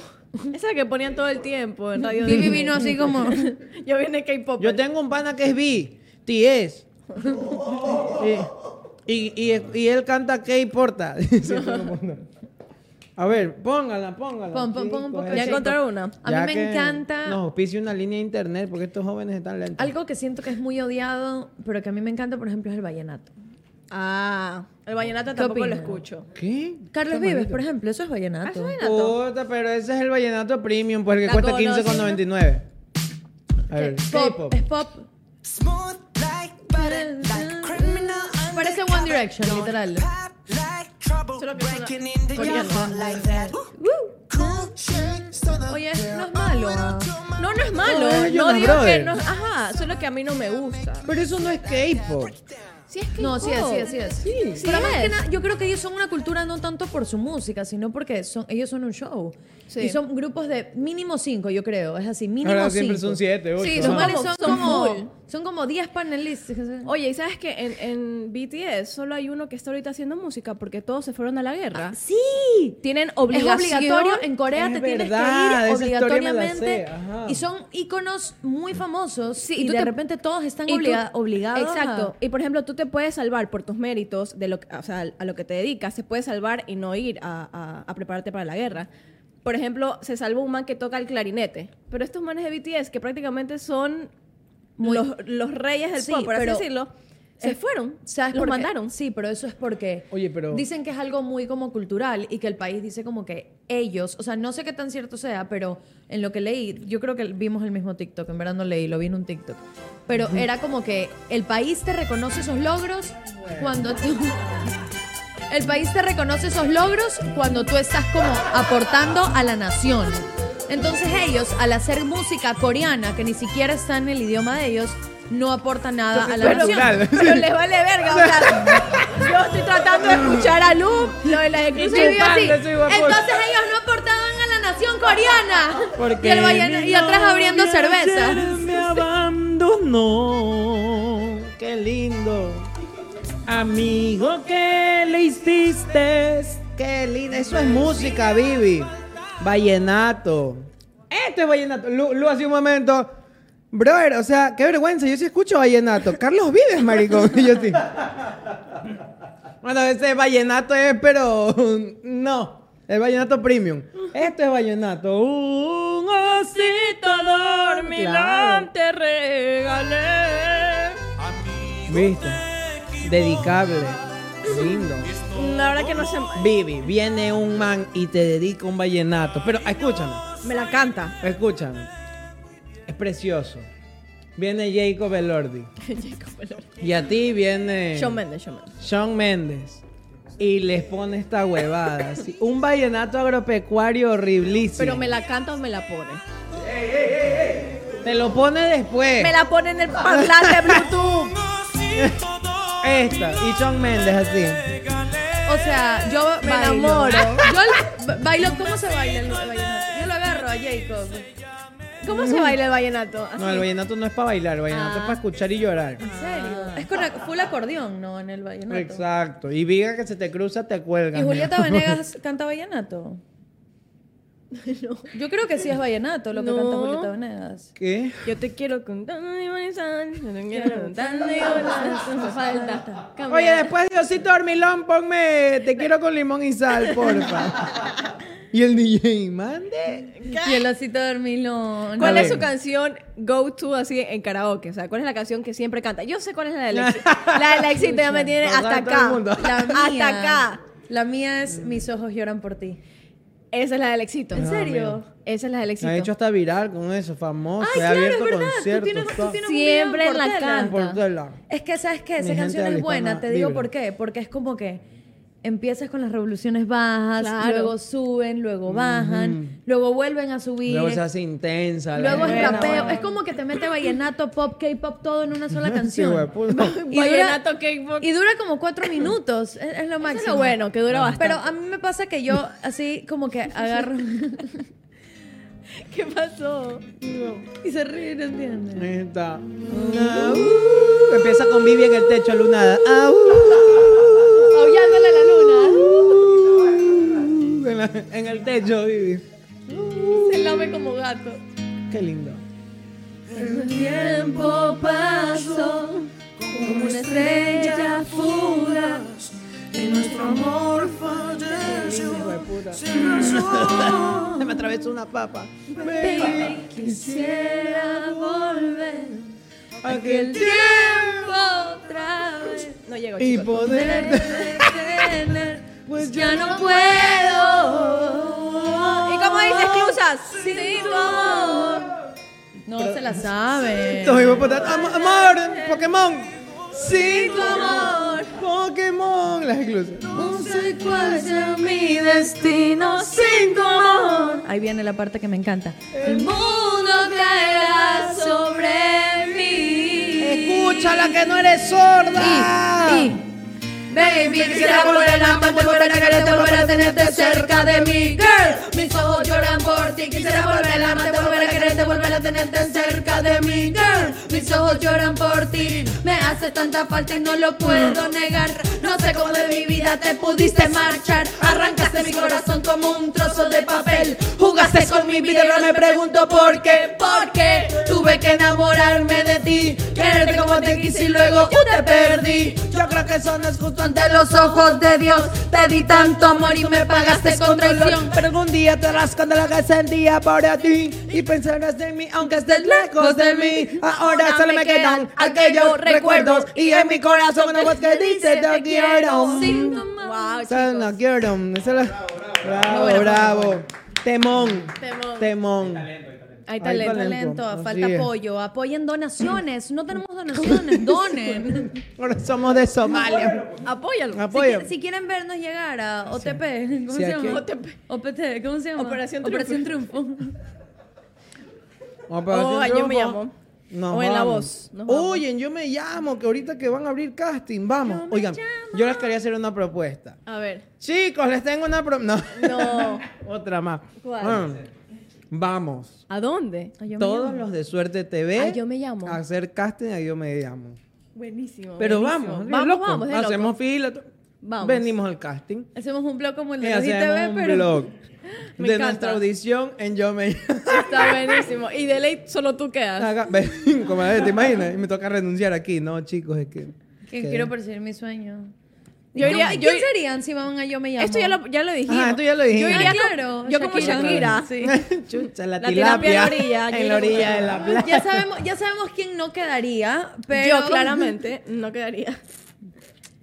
S1: esa es la que ponían todo el tiempo en Radio
S2: Vivi
S1: Disney.
S2: vino así como...
S1: [laughs] Yo vine K-pop.
S3: Yo tengo un pana que es BTS. y, y, y, y él canta K-Porta. [laughs] a ver, póngala, póngala.
S2: Pon, pon, pon
S3: chicos,
S2: un poco de
S1: Ya
S3: eh.
S2: K-pop.
S1: encontré una.
S2: A
S3: Ya
S2: mí
S3: que
S2: me encanta...
S3: Nos auspicie una línea de internet porque estos jóvenes están lentos.
S2: Algo que siento que es muy odiado, pero que a mí me encanta, por ejemplo, es el vallenato.
S1: Ah, el vallenato tampoco lo
S2: opinan?
S1: escucho.
S3: ¿Qué?
S2: Carlos
S3: Está
S2: Vives,
S3: malito.
S2: por ejemplo, eso es
S1: Ah, eso
S2: vallenato.
S1: es vallenato.
S3: Puta, pero ese es el vallenato premium, porque
S1: La
S3: cuesta
S1: conozco.
S3: 15,99. A ver, K-pop.
S2: Pop, es pop.
S4: Smooth like butter, like criminal
S2: Parece One Direction, literal.
S4: pop like trouble,
S1: Solo que suena
S4: breaking in the
S2: coreano.
S4: yard like that. Cool shade, son of
S2: Oye, no es
S4: girl.
S2: malo.
S1: No, no es malo.
S3: No, es
S1: No, digo
S3: Jonas
S1: que
S3: Brothers.
S1: no. Ajá, solo que a mí no me gusta.
S3: Pero eso no es K-pop.
S1: Sí, es K-pop.
S2: No, sí es, sí es, sí es.
S3: Sí.
S1: Sí
S2: Pero más que
S1: es.
S2: nada, yo creo que ellos son una cultura no tanto por su música, sino porque son, ellos son un show.
S1: Sí.
S2: Y son grupos de mínimo cinco, yo creo. Es así, mínimo
S3: Ahora
S2: cinco.
S3: siempre son siete, ocho.
S2: Sí,
S1: ¿no?
S2: son
S1: Son como-
S2: como, son
S1: son full.
S2: como, son como 10 panelistas.
S1: Oye, ¿y sabes que en, en BTS solo hay uno que está ahorita haciendo música porque todos se fueron a la guerra?
S2: Ah, Sí.
S1: Tienen
S2: Es
S1: Ah, obligación.
S2: obligatorio, en Corea
S3: Es
S2: te
S3: verdad,
S2: tienes
S3: esa
S2: que ir
S3: historia me la sé,
S2: obligatoriamente.
S3: ajá.
S2: Y son íconos muy famosos. y,
S1: y tú
S2: de
S1: te-
S2: repente todos están
S1: Y tú-
S2: obliga- obligados. a-
S1: Exacto. Y por ejemplo, tú te puedes salvar por tus méritos de lo, que- o sea, a lo que te dedicas, se puede salvar y no ir a, a- a prepararte para la guerra. Por ejemplo, se salvó un man que toca el clarinete, pero estos manes de BTS que prácticamente son
S2: Muy-
S1: los, los reyes del
S2: Sí,
S1: pop, por así
S2: pero-
S1: decirlo, se fueron,
S2: ¿Sabes
S1: los
S2: por qué?
S1: mandaron.
S2: Sí, pero eso es porque
S3: Oye, pero-
S2: dicen que es algo muy como cultural y que el país dice como que ellos, o sea, no sé qué tan cierto sea, pero en lo que leí, yo creo que vimos el mismo TikTok, en verdad no leí, lo vi en un TikTok. Pero era como que el país te reconoce esos logros cuando tú El país te reconoce esos logros cuando tú estás como aportando a la nación. Entonces ellos, al hacer música coreana, que ni siquiera está en el idioma de ellos, no aporta nada a la
S3: Pero
S2: nación.
S3: claro.
S1: Pero les vale verga, o sea, yo estoy tratando de escuchar a Lu, lo de las
S2: Entonces
S1: exclusivas.
S2: yo digo así,
S3: ese hijo de puta.
S2: entonces ellos no aportaban a la nación coreana.
S3: Porque
S2: y, el vallen-
S3: mi
S2: y atrás abriendo
S3: novia
S2: cerveza.
S3: ayer Me abandonó. Qué lindo. Amigo, ¿qué le hiciste? Qué lindo. Eso es música, Vivi. Vallenato. Esto es vallenato. Lu, Lu, hace un momento. Brother, o [laughs] sea, qué vergüenza. Yo sí escucho vallenato. Carlos Vives, maricón. Y Yo sí. Bueno, ese vallenato es, pero [laughs] no. Es vallenato
S1: [laughs]
S3: premium. Esto es vallenato. Un osito dormilante
S1: te regalé.
S3: ¿Viste? Dedicable. Lindo.
S1: La verdad que no se...
S3: Vivi, viene un man y te dedica un vallenato. Pero escúchame,
S1: Me la canta.
S3: escúchame. Es precioso. Viene Jacob Elordi.
S1: [laughs] Jacob Elordi.
S3: Y a ti viene.
S1: Shawn Mendes, Shawn Mendes.
S3: Shawn Mendes. Y les pone esta huevada. así. Un vallenato agropecuario horriblísimo.
S1: Pero me la canta o me la pone.
S3: Te lo pone después.
S1: Me la pone en el parlante Bluetooth.
S3: Esta. Y Shawn Mendes así.
S2: O sea, yo
S1: Me
S2: bailo.
S1: enamoro.
S2: Yo lo- bailo, ¿cómo se baila el vallenato? Yo lo agarro a Jacob.
S1: ¿Cómo se baila el vallenato? Así.
S3: No, el vallenato no es para bailar, el vallenato
S2: Ah.
S3: es para escuchar y llorar.
S2: ¿En serio?
S1: Ah.
S2: Es con ac- full acordeón, ¿no? En el vallenato.
S3: Exacto. Y viga que se te cruza, te cuelga.
S2: ¿Y Julieta Venegas
S1: [laughs]
S2: canta vallenato? Yo creo que sí es vallenato lo que
S1: No.
S2: canta Julieta Venegas.
S3: ¿Qué?
S1: Yo te quiero contando y bonizando, yo te quiero contando y bonizando, me falta. cambiar.
S3: Oye, después Diosito Dormilón, ponme Te quiero con limón y sal,
S2: [laughs]
S3: porfa. y el DJ, mande.
S2: Y el osito dormilón.
S1: ¿Cuál
S3: A
S1: es
S3: ver.
S1: su canción go to así en karaoke? O sea, ¿cuál es la canción que siempre canta? Yo sé cuál es la de
S3: [laughs]
S1: Alexita. la de Alexita ya me tiene
S3: Lo sabe
S1: hasta
S3: todo el
S1: acá.
S3: mundo.
S2: La mía.
S1: [laughs] Hasta acá.
S2: La mía es Mis ojos lloran por ti.
S1: Esa es la de Alexito.
S3: Ah,
S2: ¿En serio?
S1: Esa es la de
S3: Se ha hecho
S1: Alexito.
S3: hasta viral con eso, famoso.
S2: Ay,
S3: He
S2: claro,
S3: abierto
S2: es verdad. Tú
S3: conciertos.
S2: tienes- tú
S3: todo.
S2: tienes-
S1: Siempre en la
S2: Portela.
S3: Por
S1: canta.
S3: todos lados.
S2: Es que, ¿sabes qué?
S3: Mi
S2: Esa
S3: gente
S2: canción
S3: de la
S2: es buena.
S3: hispana
S2: Te digo
S3: vibra.
S2: por qué. Porque es como que empiezas con las revoluciones bajas,
S1: Claro.
S2: luego suben, luego bajan, luego vuelven a subir.
S3: Luego se hace intensa. la
S2: Luego es
S3: vaina.
S2: rapeo. Es como que te mete vallenato, pop, K-pop, todo en una
S3: [laughs]
S2: sola
S3: Sí,
S2: canción.
S3: güey, pues,
S2: [laughs]
S3: puto.
S2: Y dura-
S1: Vallenato, K-pop.
S2: Y dura
S3: [coughs]
S2: como cuatro minutos. Es, es lo máximo.
S1: lo bueno, que dura bastante.
S2: Pero a mí me pasa que yo así como que agarro
S1: ¿Qué pasó?
S2: y se ríe, ¿no entiendes?
S3: Ahí está. Ah, uh, empieza con Vivi en el techo alunada. Ah, uh,
S2: [laughs] Aullándole a la luna.
S3: uh, en, la- en el techo, Vivi.
S2: Se lame como gato.
S3: Qué lindo.
S2: El tiempo pasó como una estrella fugaz.
S3: [laughs] Se me atravesó una papa.
S2: Baby, quisiera volver
S3: Aquel
S2: tiempo otra vez.
S1: No llego,
S3: Y
S1: chicos.
S3: poder.
S2: Detener,
S3: Pues
S2: ya no puedo.
S1: ¿Y cómo dices, Clusas?
S2: Sin tu amor. No se la sabe.
S3: Estos hijos de puta- Am- Amor, Pokémon. Sí, tu
S2: amor.
S3: Pokémon. Las exclusivas.
S2: No sé cuál sea mi destino sin tu amor. Ahí viene la parte que me encanta. El mundo caerá sobre mí.
S3: Escúchala que no eres sorda.
S2: Y, Baby, quisiera volver a amarte, volver a quererte, volver a tenerte cerca de mí, girl. Mis ojos lloran por ti. Quisiera volver a amarte, volver a quererte, volver a tenerte cerca de mí, girl. Mis ojos lloran por ti. Me hace tanta falta y no lo puedo negar. No sé cómo de mi vida te pudiste marchar. Arrancaste mi corazón como un trozo de papel. Jugaste con mi vida, ahora me pregunto por qué, por qué tuve que enamorarme de ti, quererte como te quise y luego yo te perdí. Yo creo que eso no es justo ante los ojos de Dios. Te di tanto amor y me pagaste con traición.
S3: Pero algún día te rascando lo que sentía por ti Y pensarás en mí aunque estés lejos de mí Ahora solo me quedan aquellos recuerdos Y en mi corazón una voz que dice te quiero
S2: Sin tu amor.
S1: Wow,
S3: Solo
S1: Ah, chicos.
S3: no quiero Esa la- Bravo,
S1: Muy bueno,
S3: bravo Temón
S1: Temón.
S3: Temón
S1: Hay talento.
S3: talento. Así es.
S2: apoyen donaciones. No tenemos
S1: [laughs]
S2: donaciones, donen.
S3: Ahora somos de Somalia
S1: Apóyalo.
S3: Apoyo
S2: Si, qui- si quieren vernos llegar a OTP, ¿cómo
S3: Sí,
S2: se
S3: aquí-
S2: llama? OTP. OPT, ¿cómo se llama?
S1: Operación
S2: Triunfo.
S1: [laughs] O en Oh, Yo Me Llamo.
S3: Nos
S1: O en La
S3: vamos.
S1: Voz. Nos vamos.
S3: Oye, en Yo Me Llamo, que ahorita que van a abrir casting, vamos. Oigan, yo les quería hacer una propuesta.
S1: A ver.
S3: Chicos, les tengo una pro... No.
S1: No.
S3: [laughs] Otra más.
S1: ¿Cuál?
S3: Bueno, Vamos.
S1: ¿A dónde?
S2: Ay, yo me
S3: Todos
S2: llamo.
S3: los de Suerte TV.
S1: Ah, Yo Me Llamo.
S3: A hacer casting a Yo Me Llamo.
S1: Buenísimo.
S3: Pero
S1: buenísimo.
S3: vamos.
S1: Vamos,
S3: loco.
S1: vamos. es de
S3: Hacemos
S1: loco.
S3: fila. to-
S1: Vamos.
S3: Venimos al casting.
S2: Hacemos un blog como el
S3: Y
S2: de los
S3: hacemos
S2: ITV,
S3: un
S2: pero.
S3: blog
S1: [laughs] Me
S3: de
S1: encanta.
S3: nuestra audición en Yo
S1: [laughs]
S3: Me Llamo.
S1: Está buenísimo. Y de ley solo tú quedas.
S3: Haga- [laughs] Ven, comadre, ¿te imaginas? Y me toca renunciar aquí. No, chicos, es que...
S2: Que
S3: que-
S2: quiero perseguir mi sueño.
S1: Yo
S2: ¿Y
S1: iría-
S2: ¿Quién
S1: yo-
S2: serían si van a Yo Me Llamo?
S1: Esto ya lo, ya lo dijimos.
S3: Ah, esto ya lo dijimos.
S1: Yo iría
S2: Ah,
S1: como-
S2: claro,
S1: yo como Shakira.
S2: Shakira.
S3: [laughs] Chucha, la,
S1: La tilapia
S3: tilapia.
S1: en la orilla,
S3: en la
S1: yo-
S3: orilla de la playa.
S2: Ya sabemos, ya sabemos quién no quedaría, pero...
S1: Yo claramente no quedaría.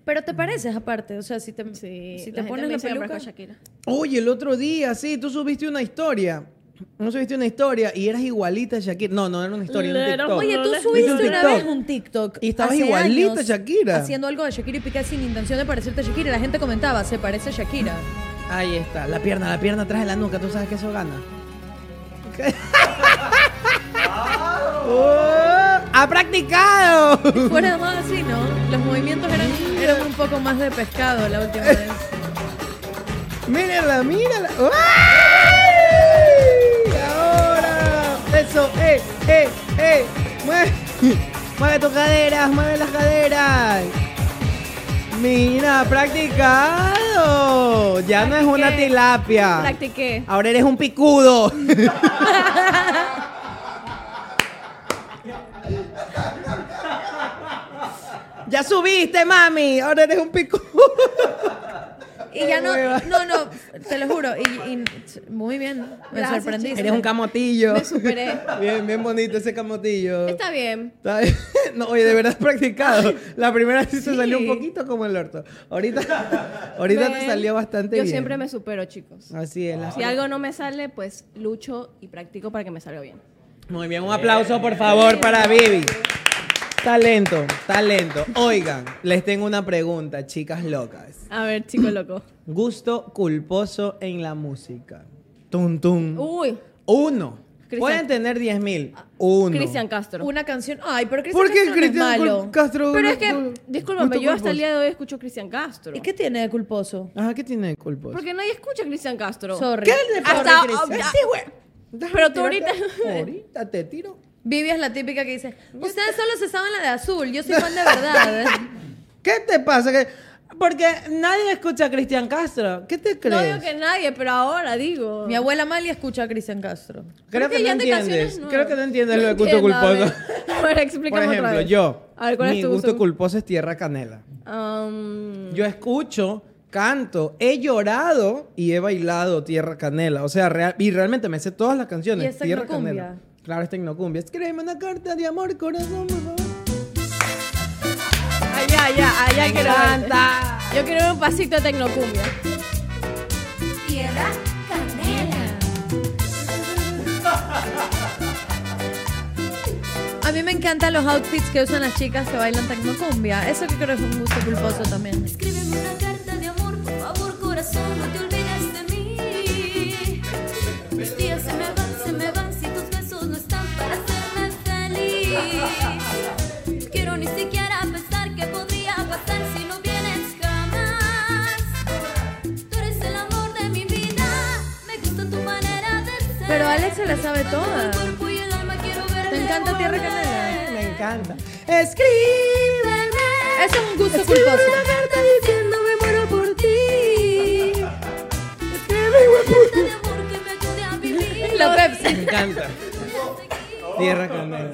S2: Pero te pareces aparte, o sea, si te, si te pones la peluca...
S1: Shakira.
S3: Oye, el otro día, sí, tú subiste una historia. No subiste una historia y eras igualita a Shakira. No, no era una historia, era un
S1: Little
S3: TikTok.
S2: Oye, tú
S1: ¿Viste
S2: subiste
S3: un
S2: una
S3: TikTok?
S2: vez un TikTok.
S3: Y estabas
S2: hace
S3: igualita
S2: años,
S3: Shakira.
S2: Haciendo algo de Shakira y Piqué sin intención de parecerte a Shakira. La gente comentaba, se parece a Shakira.
S3: [laughs] Ahí está, la pierna, la pierna atrás de la nuca, tú sabes que eso gana. Oh, ¡Ha practicado! [laughs]
S2: Fuera de moda así, ¿no? Los movimientos eran, eran un poco más de pescado la
S3: [laughs]
S2: última vez.
S3: mírala, mírala. ¡Ay! Ahora, eso, eh, eh, eh. Mueve, [laughs] mueve tus caderas, mueve las caderas. Mira, ha practicado. Ya no es una
S1: Practiqué.
S3: tilapia.
S1: Practiqué.
S3: Ahora eres un
S1: [laughs]
S3: picudo. ya subiste, mami. Ahora eres un picudo.
S2: Y ya no,
S3: Hueva.
S2: no, no, te lo juro. Y, y- muy bien, me
S1: Gracias,
S2: sorprendiste.
S3: Eres un camotillo.
S1: Me superé.
S3: Bien, bien bonito ese camotillo.
S1: Está bien.
S3: Está bien. [laughs] No, oye, de verdad has practicado. La primera vez sí te
S1: Sí.
S3: salió un poquito como el orto. Ahorita, ahorita te
S1: Ven,
S3: salió bastante
S1: Yo
S3: bien. Ah,
S1: siempre me supero, chicos.
S3: Así es. la-
S1: Si algo no me sale, pues lucho y practico para que me salga bien.
S3: Muy bien, un aplauso por favor para Vivi. Talento, talento. Oigan, les tengo una pregunta, chicas locas.
S1: A ver, chico
S3: [clears throat]
S1: loco.
S3: Gusto culposo en la música. Tum, tum.
S1: Uy,
S3: Uno.
S1: Uh. Cristian- Ah,
S3: Pueden tener 10.000 mil. Uno.
S1: Cristian Castro.
S2: Una canción. Ay, pero Cristian
S3: ¿Por qué
S2: Castro no es
S3: Cristian
S2: malo.
S3: Cul- Castro?
S1: Pero
S3: no-
S1: es que,
S3: no-
S1: discúlpame,
S3: gusto
S1: yo hasta el
S3: culposo?
S1: día de hoy escucho Cristian Castro.
S2: ¿Y qué tiene de culposo?
S3: Ajá, ¿qué tiene de culposo?
S1: Porque nadie escucha a Cristian Castro.
S2: Sorry.
S3: ¿Qué le pasa
S1: Hasta-
S3: a Cristian?
S1: ah,
S3: Sí, güey. Déjame
S1: pero tú
S3: tirarte-
S1: ahorita-
S3: Ahorita te tiro.
S2: Vivi es la típica que dice, ustedes solo se saben la de azul, yo soy fan de verdad.
S3: [laughs] ¿Qué te pasa? ¿Qué- Porque nadie escucha a Cristian Castro. ¿Qué te crees?
S1: No digo que nadie, pero ahora digo.
S2: Mi abuela Mali escucha a Cristian Castro.
S3: Creo
S1: Porque
S3: que no
S1: ya te
S3: entiendes.
S1: canciones nuevas.
S3: Creo que no entiendes lo de gusto
S1: entiendo, a
S3: culposo.
S1: ver.
S3: [laughs]
S1: A ver,
S3: Por
S1: explícame otra
S3: ejemplo,
S1: vez.
S3: yo.
S1: A ver, ¿cuál
S3: mi
S1: es tu
S3: gusto culposo es tierra canela.
S1: Um,
S3: Yo escucho, canto, he llorado y he bailado tierra canela. O sea, real- y realmente me sé todas las canciones.
S2: ¿Y es
S3: tierra
S2: tecnocumbia?
S3: canela. Claro, es tecnocumbia. Escríbeme una carta de amor, corazón, por favor.
S1: Allá, allá, allá quiero ver.
S3: encanta.
S1: Yo quiero ver un pasito de tecnocumbia.
S5: Tierra Canela.
S2: A mí me encantan los outfits que usan las chicas que bailan tecnocumbia. Eso que creo es un gusto culposo también.
S5: Escríbeme una carta de amor, por favor, corazón, no te olvides de mí. Mis días se me van, se me van, si tus besos no están para hacerme feliz. Quiero ni siquiera pensar que podría pasar si no vienes jamás. Tú eres el amor de mi vida, me gusta tu manera de ser.
S2: Pero Alex se la sabe
S5: Con todo
S2: toda.
S5: el cuerpo y el alma quiero verte
S2: ¿Te encanta Tierra
S5: volver.
S2: Canela? ¿eh?
S3: Me encanta. Escríbeme.
S2: Eso es un gusto
S3: Escríbeme
S2: culposo.
S3: una carta diciendo me muero por ti.
S5: de amor que me ayude a vivir.
S2: [laughs] La
S3: Me
S2: Pepsi.
S3: encanta. Tierra canela.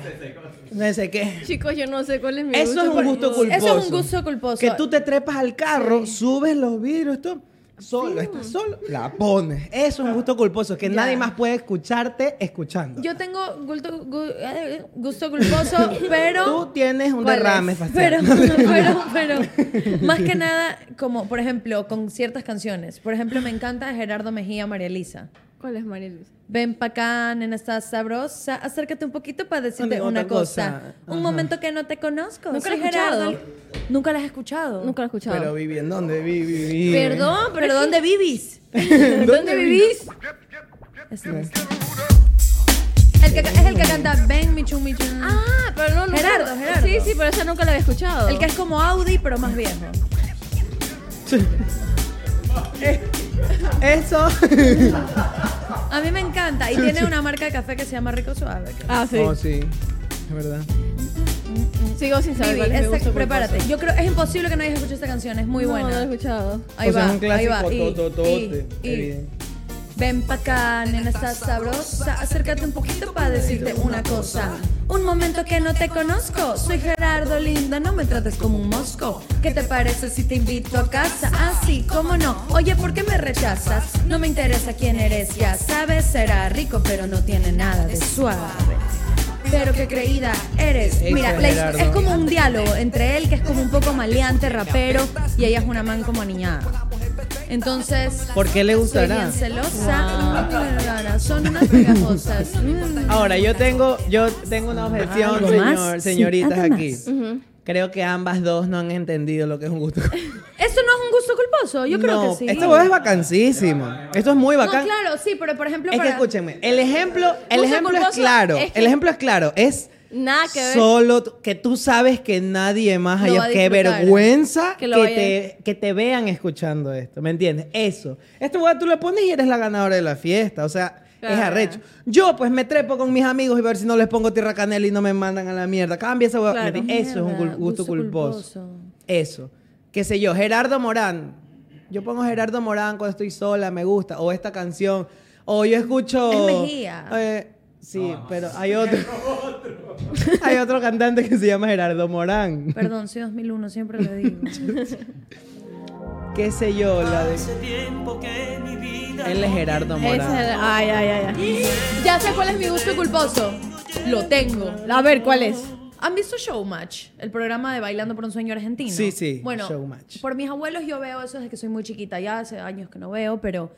S3: No sé qué.
S1: [laughs] Chicos, yo no sé cuál es mi
S3: Eso es un gusto culposo.
S2: Eso es un gusto culposo.
S3: Que tú te trepas al carro, subes los vidrios, esto. Solo, estás solo, la pones. Eso es un gusto culposo, que nadie más puede escucharte escuchando.
S2: Yo tengo gusto, gu- eh, gusto culposo, pero...
S3: Tú tienes un
S2: ¿Cuál es?
S3: derrame [laughs]
S2: Pero,
S3: facial.
S2: pero,
S3: [laughs]
S2: pero, más que nada, como, por ejemplo, con ciertas canciones. Por ejemplo, me encanta Gerardo Mejía, María Elisa.
S1: ¿Cuál es María Luisa?
S2: Ven pa' acá, nena, estás sabrosa. Acércate un poquito para decirte
S3: Una-
S2: una,
S3: otra
S2: cosa.
S3: cosa.
S2: Un momento que no te conozco.
S1: Nunca la he
S2: Soy Gerardo.
S1: escuchado.
S2: Nunca la has escuchado.
S1: Nunca lo he escuchado.
S3: Pero viví en dónde viví, viví. [laughs]
S2: Perdón, pero ¿dónde vivís?
S1: ¿Dónde, vivís?
S2: Es, Este. el que, es el que canta Ven, Michu, Michu.
S1: Ah, pero no, no.
S2: Gerardo, Gerardo.
S1: Sí, sí, pero esa nunca la había escuchado.
S2: El que es como Audi, pero más viejo.
S3: Eh,
S2: [laughs]
S3: Eso.
S2: A mí me encanta. Y tiene una marca de café que se llama Rico Suave.
S1: Ah, sí.
S3: Oh, sí. Es verdad.
S1: Sigo sin saber
S2: Vivi,
S1: cuál es mi
S2: esta-
S1: gusto
S2: prepárate.
S1: culposo.
S2: Yo creo es imposible que no hayas escuchado esta canción. Es muy
S1: no,
S2: buena.
S1: No la he escuchado.
S2: Ahí
S3: O sea,
S2: va,
S3: es un clásico
S2: ahí va. Y,
S3: tototote,
S2: y, y.
S3: evidente.
S2: Ven pa' acá, nena, estás sabrosa. Acércate un poquito para decirte una cosa. Un momento que no te conozco. Soy Gerardo Linda, no me trates como un mosco. ¿Qué te parece si te invito a casa? Así, ¿cómo no? Oye, ¿por qué me rechazas? No me interesa quién eres, ya sabes, será rico, pero no tiene nada de suave. Pero qué creída eres.
S3: Ey,
S2: Mira,
S3: pues,
S2: la-
S3: Gerardo.
S2: es como un diálogo entre él, que es como un poco maleante, rapero, y ella es una man como niñada. Entonces,
S3: ¿Por qué le
S2: soy
S3: gustará?
S2: bien celosa.
S3: Ah.
S2: Mm, Son unas pegajosas.
S3: [laughs]
S2: Mm.
S3: Ahora, yo tengo, yo tengo una objeción,
S2: Ah, ¿Algo
S3: señor,
S2: más? Sí,
S3: señoritas,
S2: algo
S3: aquí.
S2: más.
S3: Creo que ambas dos no han entendido lo que es un gusto.
S2: Esto no es un gusto culposo, yo creo
S3: no,
S2: que sí.
S3: Esto es vacancísimo. Esto es muy
S2: No,
S3: bacán.
S2: claro, sí, pero por ejemplo,
S3: Es que
S2: para-
S3: escúchenme, el ejemplo, el
S1: Gusto
S3: ejemplo es
S1: culposo
S3: claro.
S1: es que-
S3: El ejemplo es claro. Es
S1: Nada que ver.
S3: solo t- que tú sabes que nadie más
S2: Lo
S3: allá.
S2: va a
S3: Qué
S2: disfrutar.
S3: vergüenza
S1: Que
S3: que,
S1: lo vaya-
S3: te, que te vean escuchando esto. ¿Me entiendes? Eso. Esta hueá tú lo pones y eres la ganadora de la fiesta. O sea, es
S1: Claro.
S3: arrecho. Yo, pues, me trepo con mis amigos y ver si no les pongo tierra canela y no me mandan a la mierda. Cambia esa hueá.
S1: Claro.
S3: ¿Me entiendes? Eso es un
S2: Mierda,
S3: gul- gusto,
S2: gusto
S3: culposo.
S2: culposo.
S3: Eso. Qué sé yo, Gerardo Morán. Yo pongo Gerardo Morán cuando estoy sola, me gusta. O esta canción. O yo escucho.
S2: Es Mejía.
S3: Eh, sí, pero hay otro. [laughs] hay otro cantante que se llama Gerardo Morán.
S2: Perdón, soy 2001, siempre lo digo.
S3: [laughs] Qué sé yo, la de.
S6: tiempo que mi vida
S3: Él es Gerardo
S1: Ese es
S3: Morán.
S1: el- ay, ay, ay, ay.
S2: ya sé cuál es mi gusto culposo. Lo tengo.
S1: A ver, ¿cuál es?
S2: ¿Han visto Showmatch? El programa de Bailando por un Sueño Argentino.
S3: Sí, sí,
S2: Bueno,
S3: Showmatch.
S2: por mis abuelos yo veo eso desde que soy muy chiquita. Ya hace años que no veo, pero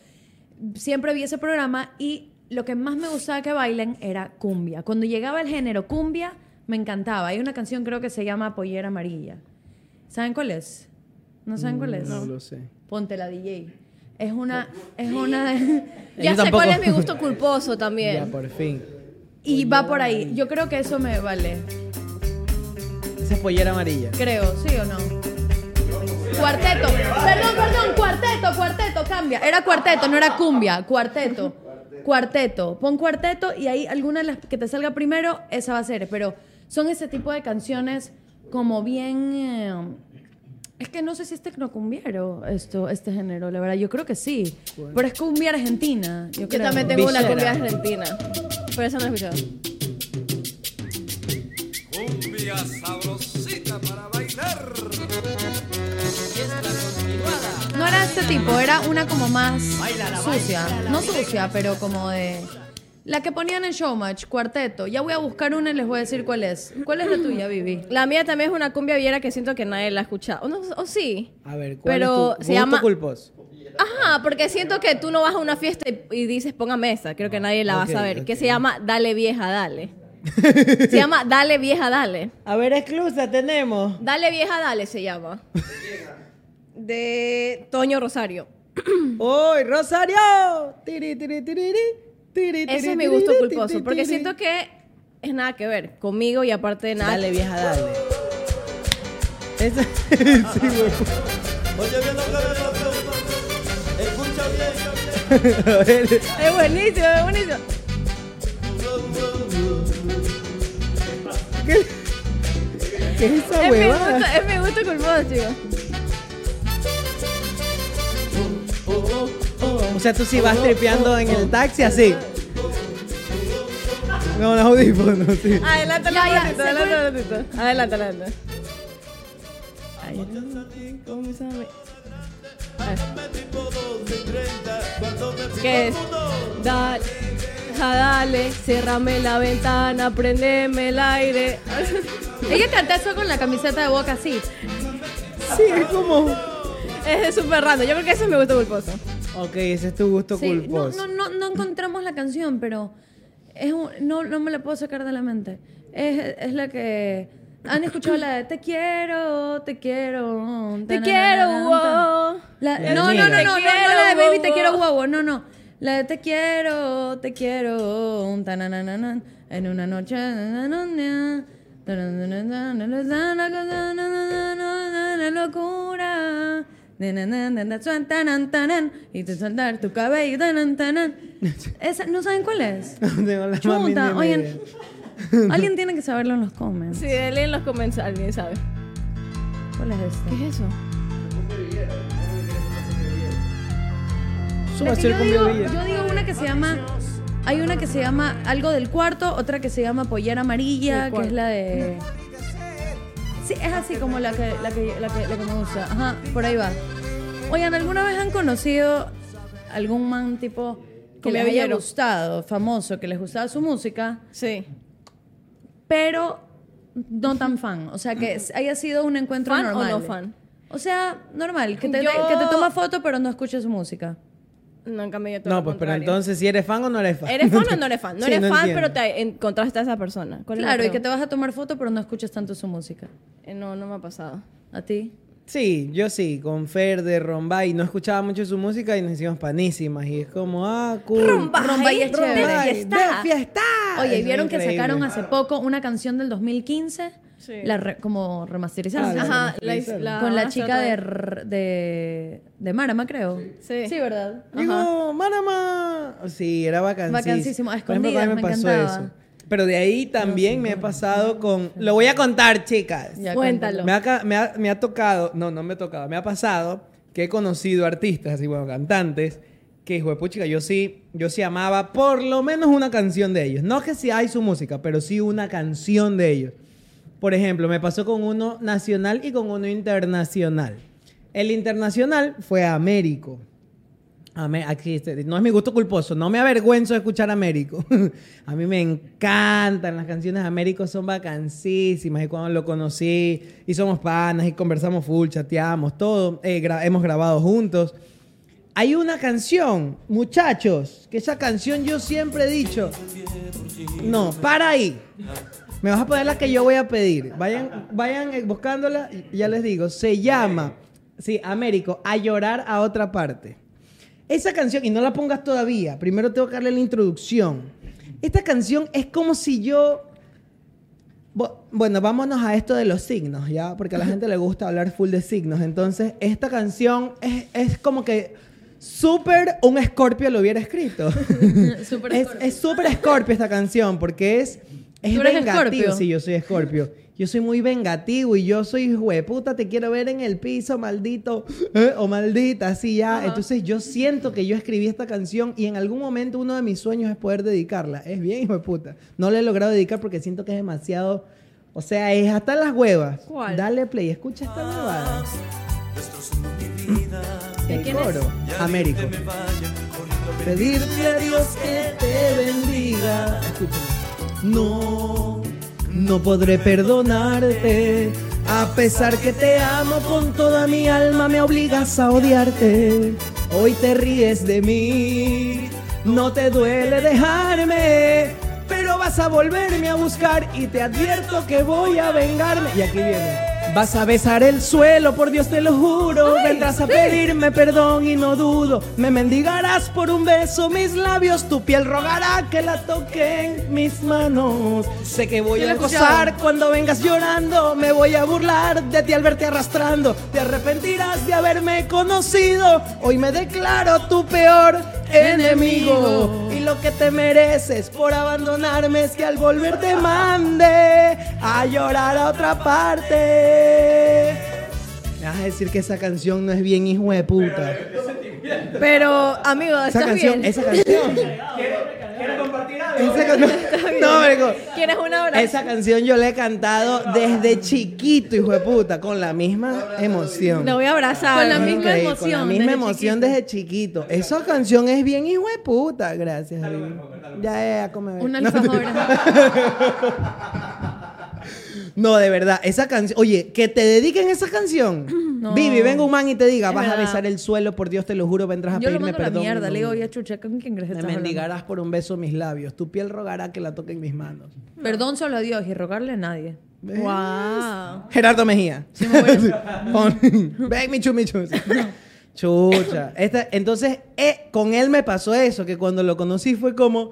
S2: siempre vi ese programa y lo que más me gustaba que bailen era cumbia. Cuando llegaba el género cumbia, me encantaba. Hay una canción creo que se llama Pollera Amarilla. ¿Saben cuál es? ¿No saben cuál es?
S3: No lo sé.
S2: Ponte la DJ. Es una... Es una de...
S3: Yo
S1: Ya sé
S3: tampoco.
S1: cuál es mi gusto culposo
S3: Ya,
S1: también.
S3: por fin.
S2: Y va por ahí. Yo creo que eso me vale.
S3: Esa es pollera amarilla.
S2: Creo, ¿sí o no? Cuarteto. Perdón, perdón, cuarteto, cuarteto, cambia. Era cuarteto, no era cumbia, cuarteto. Cuarteto. Pon cuarteto y ahí alguna de las que te salga primero, esa va a ser. Pero son ese tipo de canciones como bien... eh, es que no sé si es tecnocumbiero esto, este género, la verdad. Yo creo que sí. Pero es cumbia argentina. Yo,
S1: Yo
S2: creo.
S1: también tengo una cumbia
S3: Visera.
S1: argentina. Pero esa no he escuchado.
S7: Cumbia sabrosita para bailar. Fiesta continuada.
S2: No era este tipo, era una como más sucia. No sucia, pero como de. La que ponían en Showmatch, cuarteto. Ya voy a buscar una y les voy a decir cuál es. ¿Cuál es la tuya, Vivi?
S1: La mía también es una cumbia viera que siento que nadie la ha escuchado. O, no- o sí.
S3: A ver, ¿cuál
S1: Pero
S3: es tu
S1: se
S3: gusto
S1: llama-
S3: culposo?
S1: Ajá, porque siento que tú no vas a una fiesta y, y dices ponga mesa. Creo que nadie la
S3: Ok,
S1: va a saber. Que
S3: ok.
S1: se llama Dale vieja,
S3: [laughs]
S1: dale. se llama Dale vieja, dale.
S3: A ver, exclusa, tenemos.
S1: Dale vieja, dale se llama. De Toño Rosario.
S3: ¡Uy, Rosario! Tiri, tiri, tiriri, tiri,
S1: Ese
S3: tiri,
S1: es mi
S3: tiriri,
S1: gusto
S3: tiri,
S1: culposo.
S3: tiri,
S1: Porque
S3: tiri.
S1: siento que es nada que ver conmigo y aparte de nada.
S3: Dale, vieja, dale. Esa... [laughs] sí, güey.
S7: Oye bien lo que me pasó. Escucha bien.
S3: A ver.
S1: Es buenísimo, es buenísimo.
S3: ¿Qué es esa
S1: Es mi, gusto,
S3: huevada?
S1: es mi gusto culposo, chicos.
S3: O sea, tú sí vas tripeando en el taxi así. No, los audífonos, sí.
S1: Adelante,
S2: Ya, ya,
S1: adelante,
S2: se fue.
S1: adelante, adelante. Adelante, adelante. ¿Qué es? Dale, ja, dale, cerrame la ventana, prendeme el aire. [laughs]
S2: Ella canta eso con la camiseta de boca así.
S3: Sí, es como...
S1: es súper raro. Yo creo que ese es mi gusto culposo.
S3: Ok, ese es tu gusto
S2: Sí, no,
S3: culposo.
S2: no, no, no encontramos la canción, pero es un- no, no me la puedo sacar de la mente. Es, es la que. ¿Han escuchado la de Te quiero, te quiero?
S1: Te
S2: tananana,
S1: quiero,
S2: tan?
S1: wow.
S2: La-
S3: La
S2: no, no, no, no,
S3: amiga.
S2: no, no,
S1: Te quiero,
S2: la de Baby, te
S1: wow,
S2: quiero,
S1: wow.
S2: guau, no, no. La de Te quiero, te quiero, tananana, en una noche. nananana, tananana, locura. nananana, suan, tanan, tanan, Y te soltar tu cabello. tanan, tanan. Esa, ¿No saben cuál es?
S3: [laughs] Tengo la más
S2: Chuta,
S3: mínima
S2: oigan.
S3: idea.
S2: Alguien tiene que saberlo en los comments.
S1: Sí, denle en los comentarios, alguien sabe.
S2: ¿Cuál es
S1: ¿Qué es eso?
S2: esta?
S3: Eso
S2: La
S3: va a
S2: que
S3: ser
S2: yo
S3: con
S2: digo-
S3: bebida.
S2: Yo digo que se llama. Hay una que se llama algo del cuarto, otra que se llama pollera amarilla,
S1: Del
S2: que es
S1: cuarto.
S2: la de. Sí, es así como la que, la que, la que, la que me gusta. Ajá, por ahí va. Oigan, ¿alguna vez han conocido algún man tipo que les haya
S1: Comediallero.
S2: gustado, famoso, que les gustaba su música?
S1: Sí.
S2: pero no tan fan. O sea, que haya sido un encuentro
S1: ¿Fan o
S2: normal.
S1: no fan?
S2: O sea, normal, que te,
S1: Yo-
S2: que te toma foto pero no escuches su música.
S1: Nunca me dio todo
S3: No,
S1: lo
S3: pues, pero
S1: contrario.
S3: entonces, si eres fan o no eres fan.
S1: ¿Eres fan o
S3: [laughs]
S1: no eres fan? No
S3: Sí,
S1: eres fan,
S3: entiendo.
S1: pero te encontraste a esa persona. ¿Cuál es la
S2: Claro, y que te
S1: pregunta?
S2: vas a tomar foto pero no escuchas tanto su música.
S1: Eh, No, no me ha pasado.
S2: ¿A ti?
S3: Sí, yo sí, con Fer de Rombay. No escuchaba mucho su música y nos hicimos panísimas. Y es como, ah, cool.
S1: Rombay,
S2: Rombay es
S1: Rombay,
S2: chévere.
S1: de
S3: fiesta. fiesta.
S2: Oye, ¿y
S3: Ah, Es
S2: vieron que
S3: increíble.
S2: sacaron hace poco una canción del 2015?
S1: Sí.
S2: La re- como
S3: Ah,
S2: remasterizaron. Ajá.
S1: Ajá,
S3: Ajá,
S1: la,
S3: la- la-
S2: Con la chica de, r- de, de Marama, creo.
S1: Sí.
S2: ¿verdad? Ajá.
S3: Digo, Marama. Sí, era vacancísimo.
S2: Vacancísimo, a
S3: Por ejemplo,
S2: escondidas,
S3: también
S2: me encantaba.
S3: Pero de ahí también me he pasado con... Lo voy a contar, chicas.
S2: Ya,
S1: Cuéntalo.
S3: Me ha, ca- me ha- me ha tocado, no, no me ha tocado, me ha pasado que he conocido artistas, así bueno, cantantes, que hijo de puchica, yo sí, yo sí amaba por lo menos una canción de ellos. No que si hay su música, pero sí una canción de ellos. Por ejemplo, me pasó con uno nacional y con uno internacional. El internacional fue Américo. Amé- aquí este- No es mi gusto culposo, no me avergüenzo de escuchar Américo. [laughs] a mí me encantan las canciones de Américo, son vacancísimas. Y cuando lo conocí, y somos panas, y conversamos full, chateamos, todo. eh, gra- hemos grabado juntos. Hay una canción, muchachos, que esa canción yo siempre he dicho. No, para ahí. Me vas a poner la que yo voy a pedir. Vayan, vayan eh, buscándola, y ya les digo. Se llama, sí, Américo, A llorar a otra parte. Esa canción, y no la pongas todavía, primero tengo que darle la introducción. Esta canción es como si yo... Bu- Bueno, vámonos a esto de los signos, ¿ya? Porque a la gente le gusta hablar full de signos. Entonces, esta canción es, es como que súper un escorpio lo hubiera escrito. [laughs]
S2: Súper
S3: es,
S2: Scorpio.
S3: es súper escorpio esta canción, porque es... Es
S2: ¿Tú eres
S3: vengativo,
S2: Scorpio?
S3: sí, yo soy escorpio. Yo soy muy vengativo y yo soy hueputa, te quiero ver en el piso, maldito eh, o maldita, así ya. Entonces yo siento que yo escribí esta canción y en algún momento uno de mis sueños es poder dedicarla. Es bien hueputa. No la he logrado dedicar porque siento que es demasiado, o sea, es hasta las huevas.
S1: ¿Cuál?
S3: Dale play, escucha esta huevada.
S7: Destrozando mi vida.
S3: El coro,
S7: Ya
S3: Américo.
S7: dije que me vaya corriendo a pedir
S3: Pedirte a Dios que te bendiga. No, no podré perdonarte. A pesar que te amo con toda mi alma, me obligas a odiarte. Hoy te ríes de mí. No te duele dejarme. Pero vas a volverme a buscar y te advierto que voy a vengarme. Y aquí viene. Vas a besar el suelo, por Dios te lo juro. Vendrás a pedirme perdón y no dudo. Me mendigarás por un beso mis labios. Tu piel rogará que la toquen mis manos. Sé que voy
S2: Ya
S3: a
S2: la escucharon.
S3: acosar cuando vengas llorando. Me voy a burlar de ti al verte arrastrando. Te arrepentirás de haberme conocido. Hoy me declaro tu peor enemigo.
S2: Enemigo.
S3: Y lo que te mereces por abandonarme es que al volver te mande a llorar a otra parte. Me vas a decir que esa canción no es bien hijo de puta.
S1: Pero, amigo,
S3: Esa
S1: ¿estás
S3: canción,
S2: [laughs]
S1: bien?
S3: esa [laughs] canción. ¿Quieres [laughs] compartir algo? No, marico.
S1: ¿Quieres un abrazo?
S3: Esa canción yo la he cantado desde chiquito, hijo de puta, con la misma emoción.
S1: La voy a abrazar.
S2: Con la
S3: Ok,
S2: misma
S3: Con la
S2: emoción
S3: misma
S2: desde
S3: emoción
S2: chiquito.
S3: desde chiquito. Esa canción es bien hijo de puta, gracias. Javi. Ya, ya, come.
S2: Una
S3: No,
S2: alfajora.
S3: [laughs] No, de verdad, esa canción. Oye, que te dediquen esa canción.
S2: [clears throat] No.
S3: Vivi, venga un man y te diga, vas a
S1: verdad.
S3: besar el suelo, por Dios te lo juro, vendrás a [laughs]
S2: Yo
S3: Ah,
S2: lo
S3: pedirme
S2: mando a la
S3: perdón.
S2: mierda.
S3: No,
S2: Le
S3: no, no.
S2: digo, ya chucha, ¿con quién crees que
S3: Me
S2: estás hablando?
S3: mendigarás por un beso mis labios. Tu piel rogará que la toquen mis manos.
S2: Perdón solo a Dios y rogarle a nadie.
S3: ¿Ves?
S1: Wow.
S3: Gerardo Mejía. [laughs] Pon- Ven, Michu, Michu. Chucha. Esta- entonces, eh, con él me pasó eso, que cuando lo conocí fue como,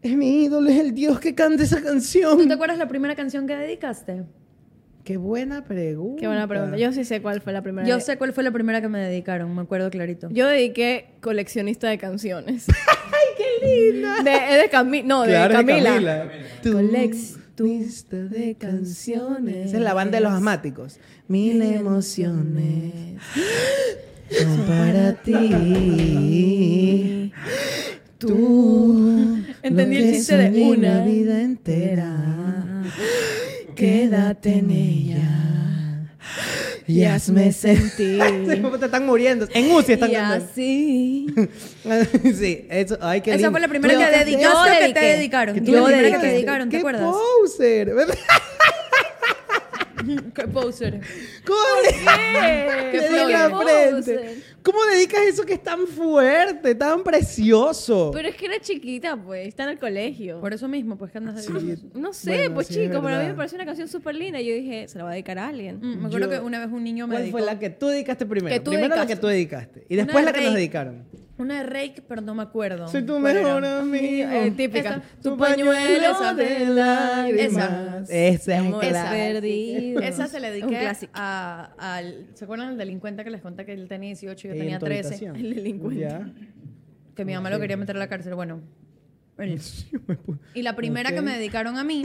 S3: es mi ídolo, es el Dios que canta esa
S2: ¿Tú te
S3: canción.
S2: acuerdas la primera canción que dedicaste?
S3: Qué buena pregunta.
S1: Qué buena pregunta. Yo sí sé cuál fue la primera.
S2: Yo
S1: vez.
S2: sé cuál fue la primera que me dedicaron, me acuerdo clarito.
S1: Yo dediqué coleccionista de
S3: [laughs]
S1: canciones. ¡Ay, qué linda! De, es de Cami- no,
S3: Claro,
S1: de
S3: es de
S1: Camila.
S3: Tu
S1: Colex- tu
S3: lista de canciones.
S1: canciones.
S3: Esa es la banda de los asmáticos. Mil emociones son para ti. Tú.
S1: Entendí el chiste de una.
S3: entera. Quédate en ella. Y hazme sentir.
S1: [laughs]
S3: [laughs] te están muriendo. En UCI están
S2: Y
S3: cantando.
S2: así.
S3: [laughs] sí, eso. Ay, qué
S2: Esa
S3: lindo.
S2: fue la primera
S3: Tú
S2: que
S3: dedicaste-
S2: dedicaste.
S1: Yo
S2: Yo que te
S1: dediqué.
S2: dedicaron.
S1: Que
S3: tú
S2: Yo la
S3: le
S2: primera
S3: dedicaste.
S2: que te dedicaron, ¿te
S3: ¡Qué
S2: acuerdas?
S3: poser! [laughs]
S2: Qué poser.
S3: ¿Cómo
S2: Qué
S3: le dedica
S2: flow.
S3: frente? ¿Cómo dedicas eso que es tan fuerte, tan precioso?
S1: Pero es que era chiquita, pues. Está en el colegio.
S2: Por eso mismo, pues que andas dedicando.
S1: No sé,
S3: Bueno,
S1: pues
S3: sí, es
S1: chico, pero a mí
S3: verdad.
S1: me pareció una canción súper linda. y Yo dije, se la va a dedicar a alguien.
S2: Mm, Me acuerdo
S3: Yo-
S2: que una vez un niño me
S3: ¿Cuál
S2: dedicó.
S3: fue la que tú dedicaste primero?
S1: Que tú
S3: primero la
S1: dedicaste.
S3: que tú dedicaste. Y después
S2: Una
S3: la que nos
S2: rey.
S3: dedicaron.
S2: Una de Rake, pero no me acuerdo.
S3: Soy tu
S2: cuál
S3: mejor
S2: era.
S3: amigo.
S2: Eh, típica.
S1: Esa.
S2: Tu pañuelo de lágrimas.
S3: Esa es
S1: Amores
S2: Esa.
S3: clara.
S1: perdidos.
S2: Esa se le
S1: Un
S2: dediqué
S1: clásico.
S2: a, al... ¿Se acuerdan del delincuente que les conté que él tenía 18 y yo
S3: En
S2: tenía
S3: tu
S2: 13?
S3: habitación.
S1: El delincuente.
S3: Ya.
S2: Que mi mamá lo quería meter a la cárcel. Bueno. el- Y la primera que
S3: Ok.
S2: me dedicaron a mí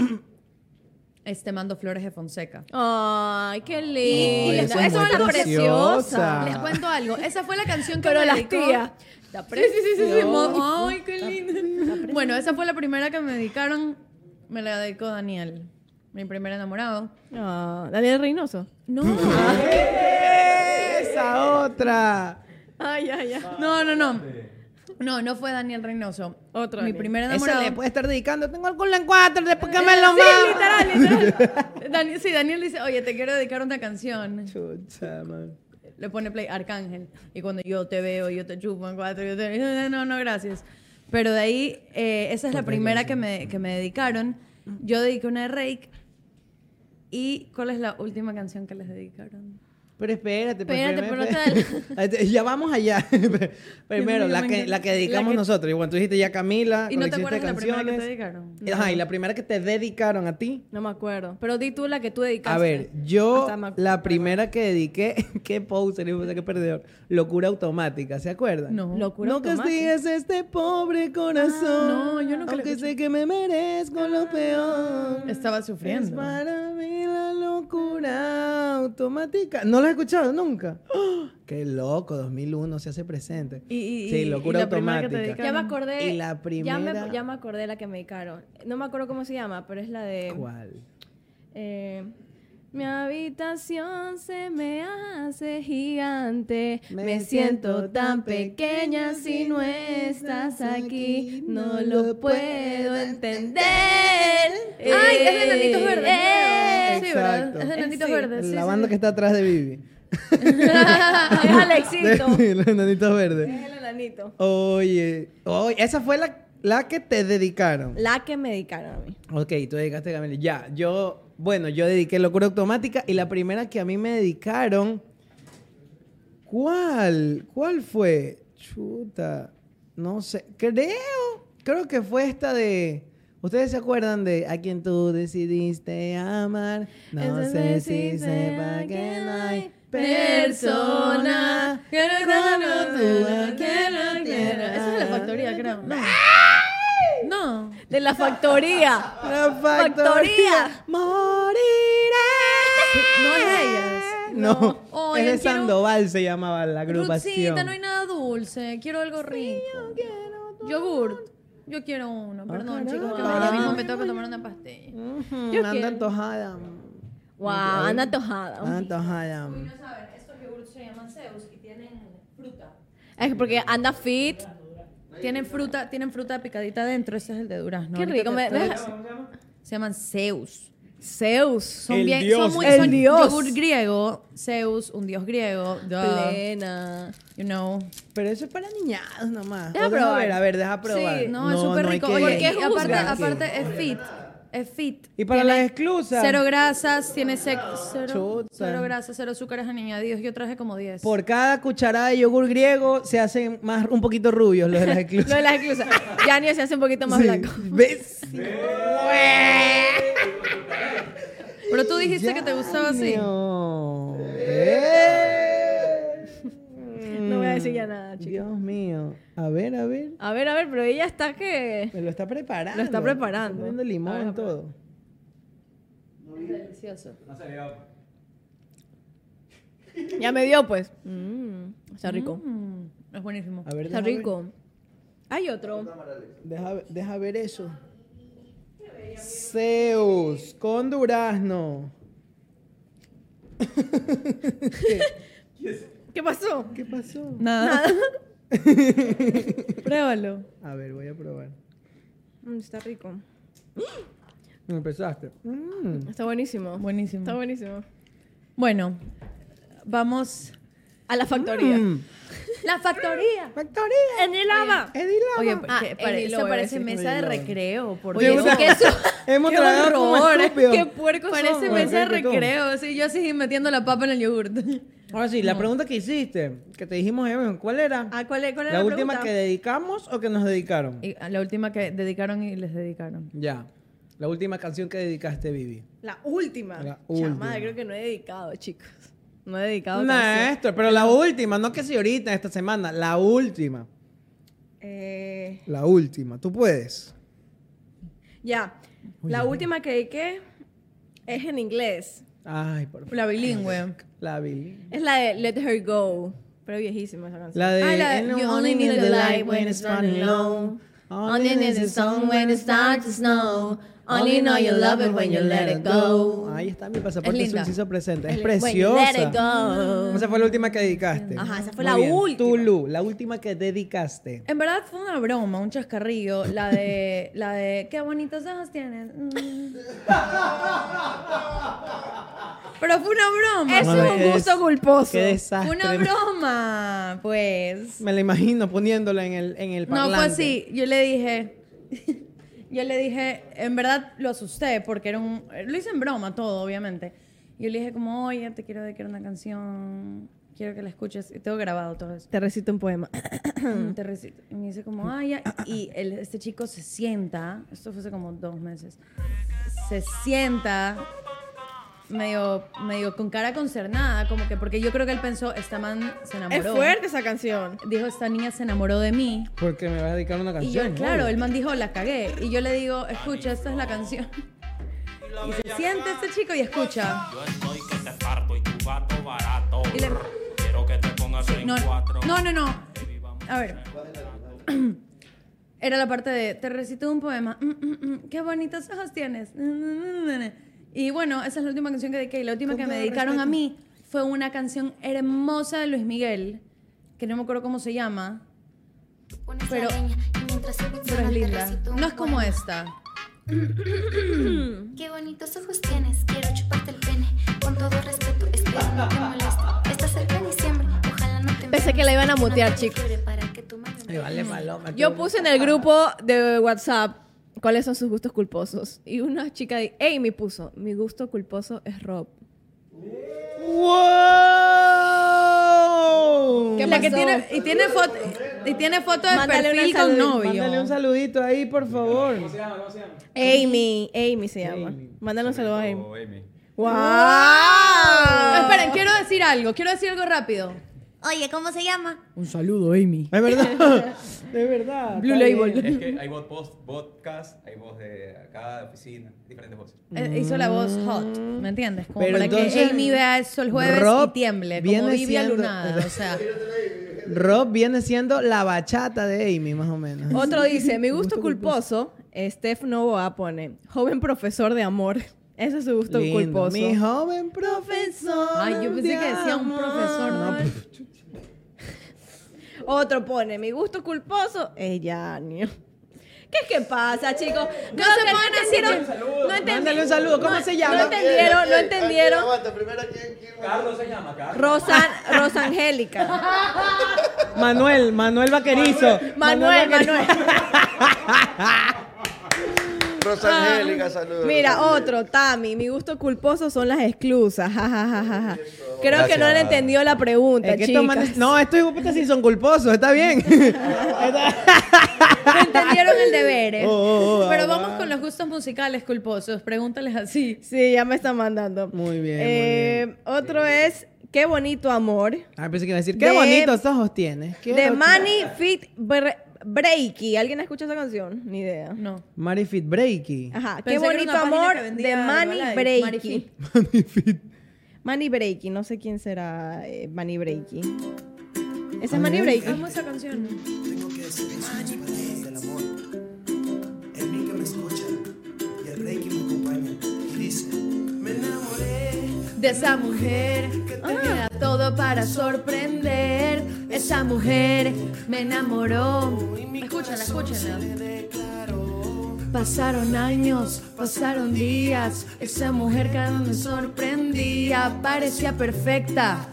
S2: es Te mando flores de Fonseca.
S1: Ay, qué
S3: Ay,
S1: lindo.
S3: esa
S1: Esa
S3: es
S1: es
S3: muy
S1: una
S3: preciosa. Ah.
S1: preciosa.
S2: Les cuento algo. Esa fue la canción que
S1: Pero
S2: me
S1: las
S2: dedicó.
S1: tías.
S2: Está preciosa. Ay, qué lindo. Bueno, esa fue la primera que me dedicaron. Me la dedicó Daniel, mi primer enamorado.
S1: Ah, Daniel Reynoso.
S2: No.
S3: Esa otra.
S1: [laughs] Ay, ay, ay.
S2: No, no, no. No, no fue Daniel Reynoso.
S1: Otro
S2: Mi
S1: Daniel.
S2: primer
S3: Esa
S2: enamorado. Eh,
S3: le puede estar dedicando. Tengo el culo en cuatro, después que me
S2: Sí,
S3: lo mando.
S2: literal, literal. Daniel, sí, Daniel dice, oye, te quiero dedicar una canción.
S3: Chucha, man.
S2: Le pone play Arcángel. Y cuando yo te veo, yo te chupo en cuatro, yo te... No, no, no, gracias. Pero de ahí, eh, esa es la primera que me, que me dedicaron. Yo dediqué una de Rake. ¿Y cuál es la última canción que les dedicaron?
S3: Pero espérate, pues,
S1: Espérate,
S3: primero-
S1: pero
S3: [laughs] Ya vamos allá. [laughs] Primero,
S2: Dios mío,
S3: la
S2: me
S3: que,
S2: encanta.
S3: la que dedicamos
S2: La que-
S3: nosotros. Y bueno, tú dijiste ya Camila.
S2: ¿Y no te
S3: coleccionaste
S2: acuerdas de la primera que te
S3: canciones.
S2: dedicaron?
S3: Ajá, y la primera que te dedicaron a ti.
S1: No me acuerdo. Pero di tú la que tú dedicaste.
S3: A ver, yo
S1: Hasta me acu-
S3: la primera que dediqué, [laughs] qué poser, hijo de qué perdedor, locura automática, ¿se acuerdan?
S2: No.
S1: Locura
S3: no
S1: automática.
S3: castigues este pobre corazón.
S2: Ah, no, yo nunca la
S3: Aunque
S2: escuché.
S3: sé que me merezco
S2: Ah,
S3: lo peor.
S2: Estaba
S3: Es
S2: sufriendo.
S3: para mí la locura automática. No la he escuchado nunca. ¡Oh! Qué loco, 2001 se hace presente.
S2: Y- y-
S3: sí,
S2: y-
S3: locura
S2: y la primera que te
S3: automática.
S2: dedicaron.
S1: Ya me acordé.
S3: Y la
S1: Ya
S3: primera-
S1: me, ya me acordé la que me dedicaron. No me acuerdo cómo se llama, pero es la de.
S3: ¿Cuál?
S1: Eh, mi habitación se me hace gigante.
S3: Me
S1: Me,
S3: siento
S1: siento tan
S3: pequeña
S1: pequeña si no estás aquí. No lo puedo entender.
S2: Ay, es de Nanitos Verdes.
S1: Eh,
S2: Sí, ¿verdad?
S3: Exacto.
S2: Es de Nanitos
S1: Sí.
S2: Verdes. sí,
S3: la
S2: sí,
S3: banda
S2: sí.
S3: que está atrás de Vivi.
S1: [laughs] Es Alexito.
S3: [laughs] De los enanitos verdes.
S1: Es el enanito.
S3: Oye, oye, esa fue la, la que te dedicaron.
S1: La que me dedicaron a mí.
S3: Ok, tú dedicaste a Camila. Ya, yo, bueno, yo dediqué Locura Automática y la primera que a mí me dedicaron, ¿cuál? ¿Cuál fue? Chuta, no sé, creo, creo que fue esta de... ¿Ustedes se acuerdan de a quien tú decidiste amar? No
S1: Eso
S3: sé
S1: es
S3: si
S1: decir,
S3: sepa
S1: será
S3: que
S1: que
S3: no hay
S1: hay
S3: persona
S1: persona
S3: que no
S2: Que lo quiera. Esa es de la factoría, creo. No.
S1: De la factoría.
S3: La
S1: Factoría.
S3: Moriré.
S2: No es de ellas.
S3: No,
S2: Oh,
S3: es
S2: yo
S3: de
S2: quiero-
S3: Sandoval se llamaba la agrupación.
S2: Ruthcita, no hay nada dulce. Quiero algo rico. Yogurt. Yo quiero uno. Perdón, chicos, que ahora mismo me tengo que tomar una pastilla.
S3: Ujú,
S1: Yo
S3: anda
S1: quiero.
S3: antojada.
S1: Wow, anda antojada.
S3: Anda antojada.
S2: saben, estos yogurts se llaman Zeus y tienen fruta.
S1: Es porque anda fit.
S2: Tienen fruta, tienen fruta picadita adentro. Ese es el de durazno.
S1: Qué
S2: Ahorita
S1: rico.
S2: te-
S1: me-
S2: te-
S1: me-
S2: Se llaman Zeus.
S1: Zeus.
S2: Son
S3: El
S2: bien,
S3: dios.
S2: son muy,
S1: El
S2: son
S1: dios.
S2: yogur griego, Zeus, un dios griego, duh,
S1: plena.
S2: you know.
S3: Pero eso es para niñados nomás.
S1: Deja
S3: O sea, a
S1: probar.
S3: ver, a ver, deja probar.
S2: Sí, no, es súper
S3: no hay
S2: rico.
S3: que-
S2: Oye,
S1: ¿Por qué
S2: y aparte,
S1: juzgar?
S2: aparte es fit, es fit.
S3: Y para
S2: Tiene
S3: las exclusas.
S2: Cero grasas, tiene sec- cero,
S3: Chuta.
S2: cero grasas, cero azúcares añadidos. Yo traje como 10.
S3: Por cada cucharada de yogur griego se hacen más un poquito rubios los de
S2: [laughs]
S3: las exclusas.
S1: Lo de las exclusas. Ya ni se hace un poquito más
S3: Sí.
S1: blanco.
S3: ¿Ves?
S2: Pero tú dijiste que te gustaba así.
S3: No. Eh.
S1: No voy a decir ya nada, chicos.
S3: Mm. Dios mío. A ver, a ver.
S1: A ver, a ver, pero ella está que.
S3: Me lo está preparando.
S1: Lo está preparando.
S3: Está poniendo limón en todo.
S2: Delicioso.
S1: Ya me dio, pues. Mm, está rico.
S2: Mm, es buenísimo.
S3: A ver,
S1: Está
S3: déjame ver.
S1: rico. Hay otro.
S3: Deja, deja ver eso. Zeus con durazno.
S1: ¿Qué pasó?
S3: ¿Qué pasó?
S2: Nada. [laughs] Pruébalo.
S3: A ver, voy a probar.
S1: Mm, está rico.
S3: Empezaste. Mm.
S1: Está buenísimo.
S2: Buenísimo.
S1: Está buenísimo.
S2: Bueno, vamos
S1: A la factoría.
S3: Mm.
S2: La factoría.
S3: Factoría.
S1: En el ama.
S3: Edilama.
S2: Oye, ¿por
S1: Ah,
S2: qué?
S1: en
S2: Pare-
S1: el
S2: eh, eso
S1: lower,
S2: parece
S1: sí.
S2: mesa de
S3: En el lower.
S2: recreo, por
S1: Oye,
S2: Dios.
S1: ese queso.
S3: [laughs] Hemos
S1: Qué
S3: tragado como
S1: horror. ¿eh?
S3: estúpidos.
S1: Qué puerco
S2: Parece
S1: somos.
S2: mesa de
S3: Rico.
S2: recreo. Sí, yo así metiendo la papa en el yogurt.
S3: Ahora sí, la pregunta que hiciste, que te dijimos, Evelyn, ¿cuál era?
S1: Ah, ¿cuál es- cuál es
S3: ¿La,
S1: la
S3: última
S1: pregunta?
S3: que dedicamos o que nos dedicaron?
S2: Y la última que dedicaron y les dedicaron.
S3: Ya. La última canción que dedicaste, Vivi.
S1: La última.
S3: La
S1: Chamada,
S3: última.
S1: creo que no he dedicado, chicos. No he dedicado canción.
S3: Maestro, pero la última, no que si ahorita, esta semana, la última.
S1: Eh,
S3: La última, tú puedes.
S1: ya. La última que dediqué es en inglés.
S3: Ay, por favor.
S2: La bilingüe.
S3: La Billy.
S1: Es la de Let Her Go. Pero viejísima esa canción.
S3: La de
S2: Ah, la-
S3: "And
S2: You
S3: I'm
S2: only
S3: in
S2: need
S3: the
S2: a
S3: light
S2: light when it's running
S3: low.
S2: Only need the sun when it starts to snow. Only know you love it when you let it go.
S3: Ahí está mi pasaporte
S2: Es linda.
S3: suizo presente. Es
S1: El-
S3: preciosa. Ah.
S1: When you let it go.
S3: Esa fue la última que dedicaste.
S1: Ajá, esa fue
S3: Muy
S1: la
S3: bien.
S1: última.
S3: Tulu, la última que dedicaste.
S2: En verdad fue una broma, un chascarrillo. La de, la de, qué bonitos ojos tienes. Mm. Pero fue una broma.
S1: Eso es
S3: Mamá, qué
S1: un gusto
S3: des-
S1: culposo.
S3: Qué desastre.
S2: Fue una broma, pues.
S3: Me la imagino poniéndola en el, en el
S2: No
S3: parlante.
S2: fue así. Yo le dije, [laughs] yo le dije, en verdad lo asusté porque era un, lo hice en broma todo, obviamente. Yo le dije como, oye, te quiero dedicar una canción, quiero que la escuches. Y tengo grabado todo
S1: [clears throat]
S2: eso.
S1: Te recito un [coughs] poema.
S2: te recito. Y me dice como, ay, ya. Y el- este chico se sienta, esto fue hace como dos meses, se sienta medio, medio con cara concernada, como que, porque yo creo que él pensó, esta man
S1: es
S2: se enamoró.
S1: fuerte esa canción.
S2: Dijo, esta niña se enamoró de mí.
S3: Porque me vas a dedicar una
S2: Y
S3: canción.
S2: yo, claro,
S3: ¿no?
S2: el man dijo, la cagué. Y yo le digo, escucha, esta es la canción. Y se siente este chico y escucha.
S8: Yo estoy que te parto y tu gato barato.
S2: Y le-
S8: Quiero que te pongas en
S2: No,
S8: cuatro.
S2: no, no, no. A ver. [clears throat] Era la parte de, te recito un poema. Mm, mm, mm, qué bonitos ojos tienes. Mm, mm, mm, mm. Y bueno, esa es la última canción que dediqué. Y la última
S3: Con
S2: que me
S3: todo
S2: dedicaron a
S3: respeto.
S2: mí fue una canción hermosa de Luis Miguel, que no me acuerdo cómo se llama, Pero-
S5: Pero,
S2: pero es linda. No es como esta.
S5: Qué bonitos ojos tienes, quiero chuparte el pene. Con todo respeto, espero no te moleste. Está cerca de diciembre, ojalá no te
S1: Pensé que la iban a
S5: enfermes.
S1: mutear,
S5: No te
S1: chicos.
S5: procure para que tu mano-
S3: Ay, vale, paloma.
S1: Yo
S3: tú.
S1: puse en el grupo de WhatsApp cuáles son sus gustos culposos. Y una chica de Amy puso, mi gusto culposo es Rob.
S3: ¡Wow!
S1: ¿Qué
S2: La que
S1: pasó?
S2: tiene, y, tiene foto, y tiene foto de
S1: Mándale una
S2: perfil con
S1: salud-
S3: Mándale un
S2: novio.
S3: saludito ahí, por favor.
S1: Amy, Amy se llama.
S3: Amy.
S1: Mándale un saludo a Amy.
S9: Amy.
S1: ¡Wow!
S2: Ah, Esperen, quiero decir algo, quiero decir algo rápido.
S5: Oye, ¿cómo se llama?
S2: Un saludo, Amy.
S3: Es
S2: [laughs]
S3: verdad. Es verdad.
S2: Blue
S3: está
S2: Label.
S3: bien.
S9: Es que hay voz post, podcast, hay voz de acá, de oficina, diferentes voces.
S2: Eh, hizo la voz hot, ¿me entiendes? Como
S3: Pero
S2: para
S3: entonces,
S2: que Amy vea eso el jueves
S3: Rob
S2: y tiemble,
S3: viene
S2: como Vivi
S3: siendo-
S2: alunada, o sea.
S3: Rob viene siendo la bachata de Amy, más o menos.
S1: [laughs] Otro dice,
S3: [laughs]
S1: mi gusto culposo, Steph Novoa pone, joven profesor de amor. Ese es su gusto
S3: Lindo.
S1: culposo.
S3: Mi joven profesor.
S2: Ay, yo pensé
S3: de
S2: que decía un
S3: amor.
S2: profesor, ¿no?
S3: pues,
S1: [laughs] Otro pone, mi gusto culposo es Yanio. ¿Qué es que pasa, chicos? No se pueden decir... No entendieron.
S3: Mándale un saludo. ¿Cómo se llama?
S1: No entendieron, no entendieron.
S7: Aguanta, primero quién quién va?
S9: Carlos se llama,
S7: eh,
S9: Carlos.
S1: Rosan, Rosangélica.
S3: Manuel, Manuel Vaquerizo.
S1: Manuel, Manuel.
S7: Rosangélica, saludos.
S1: Ah, Mira, otro, Tami. Mi gusto culposo son las exclusas. [laughs] Ja, ja, ja, ja, ja. Creo que
S9: Gracias.
S1: no le entendió la pregunta,
S3: Es que estos
S1: chicas.
S3: manes- No, estos hijos de puta sí son culposos, está
S2: [laughs]
S3: bien.
S2: No entendieron el deber, ¿eh?
S3: Oh, oh, oh,
S2: Pero
S3: ah,
S2: vamos
S3: ah.
S2: con los gustos musicales culposos, pregúntales así.
S1: Sí, ya me están mandando.
S3: Muy bien, muy
S1: Eh, Otro es Qué bonito amor.
S3: Ah, pensé que iba a decir, qué
S1: De-
S3: bonitos ojos tienes. Qué
S1: De
S3: ojos-
S1: Manny Fit Bre- Breaky. ¿Alguien escucha esa canción? Ni idea.
S2: No.
S3: Mari Fit Breaky.
S1: Ajá.
S2: Pensé que
S1: Qué
S2: era
S1: bonito
S2: una página
S1: amor
S2: que vendía
S1: de Manny
S2: Herbalife, Manny
S1: Breaky.
S2: Fit.
S3: [laughs] Manny Fit.
S1: Manny Breaky. No sé quién será eh, Manny Breaky. Ese
S3: A
S1: es Manny
S3: ver.
S1: Breaky.
S2: Amo esa canción.
S4: Escucho para ellas del amor. El mí que me escucha y el rey que me acompaña. Y dice, me enamoré.
S2: de esa mujer que tenía todo para sorprender. Esa mujer me enamoró. Escúchenla, escúchenla. Pasaron años, pasaron días. Esa mujer cada vez me sorprendía, parecía perfecta.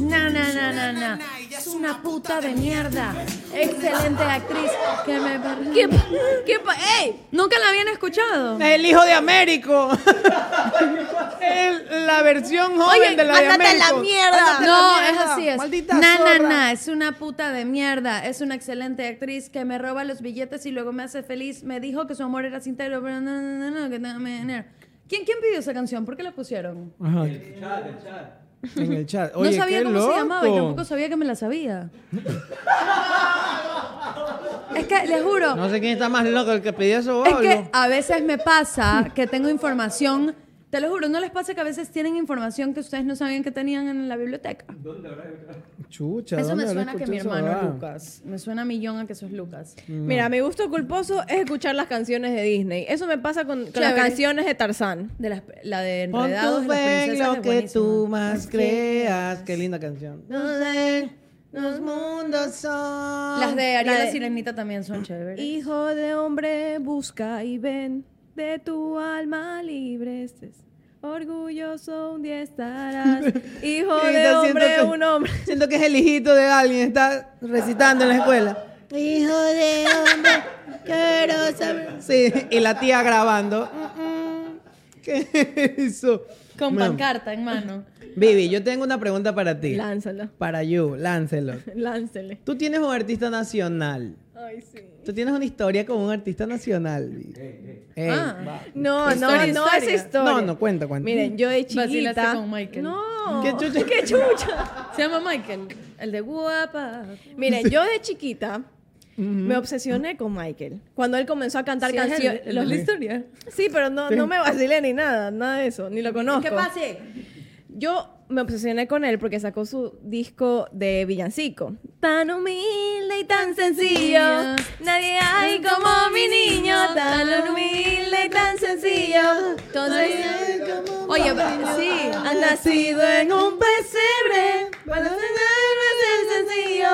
S2: Na, na, na, na, na. Es una puta de mierda. Excelente actriz que me.
S1: ¿Qué, pa- qué pa- ¡Ey!
S2: Nunca la habían escuchado.
S3: Es el hijo de Américo. Es la versión joven
S1: Oye,
S3: de la de
S1: ándate a la
S3: Américo.
S1: mierda.
S3: Ándate a la
S2: No, es
S3: mierda,
S2: así es.
S3: Maldita
S2: na, na,
S3: zorra.
S2: na, es una puta de mierda. Es una excelente actriz que me roba los billetes y luego me hace feliz. Me dijo que su amor era sincero, pero no, no, no, no, que no me enero. ¿Quién, ¿Quién pidió esa canción? ¿Por qué la pusieron?
S3: Ajá,
S9: El chat, el chat.
S3: en el chat.
S2: no
S3: Oye,
S2: sabía
S3: qué
S2: cómo
S3: loco.
S2: se llamaba y tampoco sabía que me la sabía. es que, les juro,
S3: No sé quién está más loco, el que pidió eso o
S2: es
S3: algo.
S2: que a veces me pasa que tengo información. Te lo juro, ¿no les pasa que a veces tienen información que ustedes no sabían que tenían en la biblioteca?
S3: Chucha,
S2: Eso
S3: ¿dónde
S2: me
S3: habré
S2: suena que mi
S3: escuchado
S2: hermano
S3: esa
S2: es
S3: vaina?
S2: Lucas. Me suena a millón a que eso es Lucas.
S1: Mira, mi gusto culposo es escuchar las canciones de Disney. Eso me pasa con, con las
S2: Chévere.
S1: canciones de Tarzán.
S2: De las, la de
S3: Pon tu
S2: Enredados de las
S3: fe en
S2: princesas
S3: lo
S2: es
S3: que tú
S2: buenísima.
S3: más creas. Qué linda canción. los mundos son.
S2: Las de Ariel
S1: La
S2: la
S1: de-
S2: Sirenita también
S3: Ah,
S2: son chéveres.
S1: Hijo de hombre, busca y ven de tu alma libre. estés. Orgulloso un día
S3: [laughs]
S1: estarás. Hijo de hombre, un hombre.
S3: Siento que es el hijito de alguien, está recitando en la escuela. Hijo de hombre, quiero saber. Sí, y la tía grabando. Mm, mm. ¿Qué es eso?
S2: Con
S3: Ma'am,
S2: pancarta en mano.
S3: Vivi, yo tengo una pregunta para ti.
S1: Lánzalo,
S3: Para you, láncelo.
S1: láncele.
S3: Tú tienes un artista nacional.
S1: Ay, sí.
S3: Tú tienes una historia con un artista nacional. Vivi. Ey,
S2: Ah.
S3: va.
S1: No, no,
S2: Historia,
S1: no
S2: historia.
S1: esa historia.
S3: No, no, cuenta, cuenta.
S1: Miren, yo de chiquita.
S2: Vacilaste con Michael.
S1: No.
S3: ¿Qué chucha?
S1: [laughs] ¿Qué
S3: [laughs]
S1: chucha?
S2: Se llama Michael. El de guapa.
S1: Miren, yo de chiquita me obsesioné con Michael. Cuando él comenzó a cantar
S2: Sí, es el-
S1: canciones.
S2: el de la historia.
S1: Sí, pero no, no me vacilé ni nada, nada de eso, ni lo conozco. Yo me obsesioné con él porque sacó su disco de villancico. Tan humilde y tan sencillo, nadie hay como mi niño. Tan humilde y tan sencillo, entonces
S2: Oye, sí.
S1: ha nacido en un pesebre para tenerme sencillo,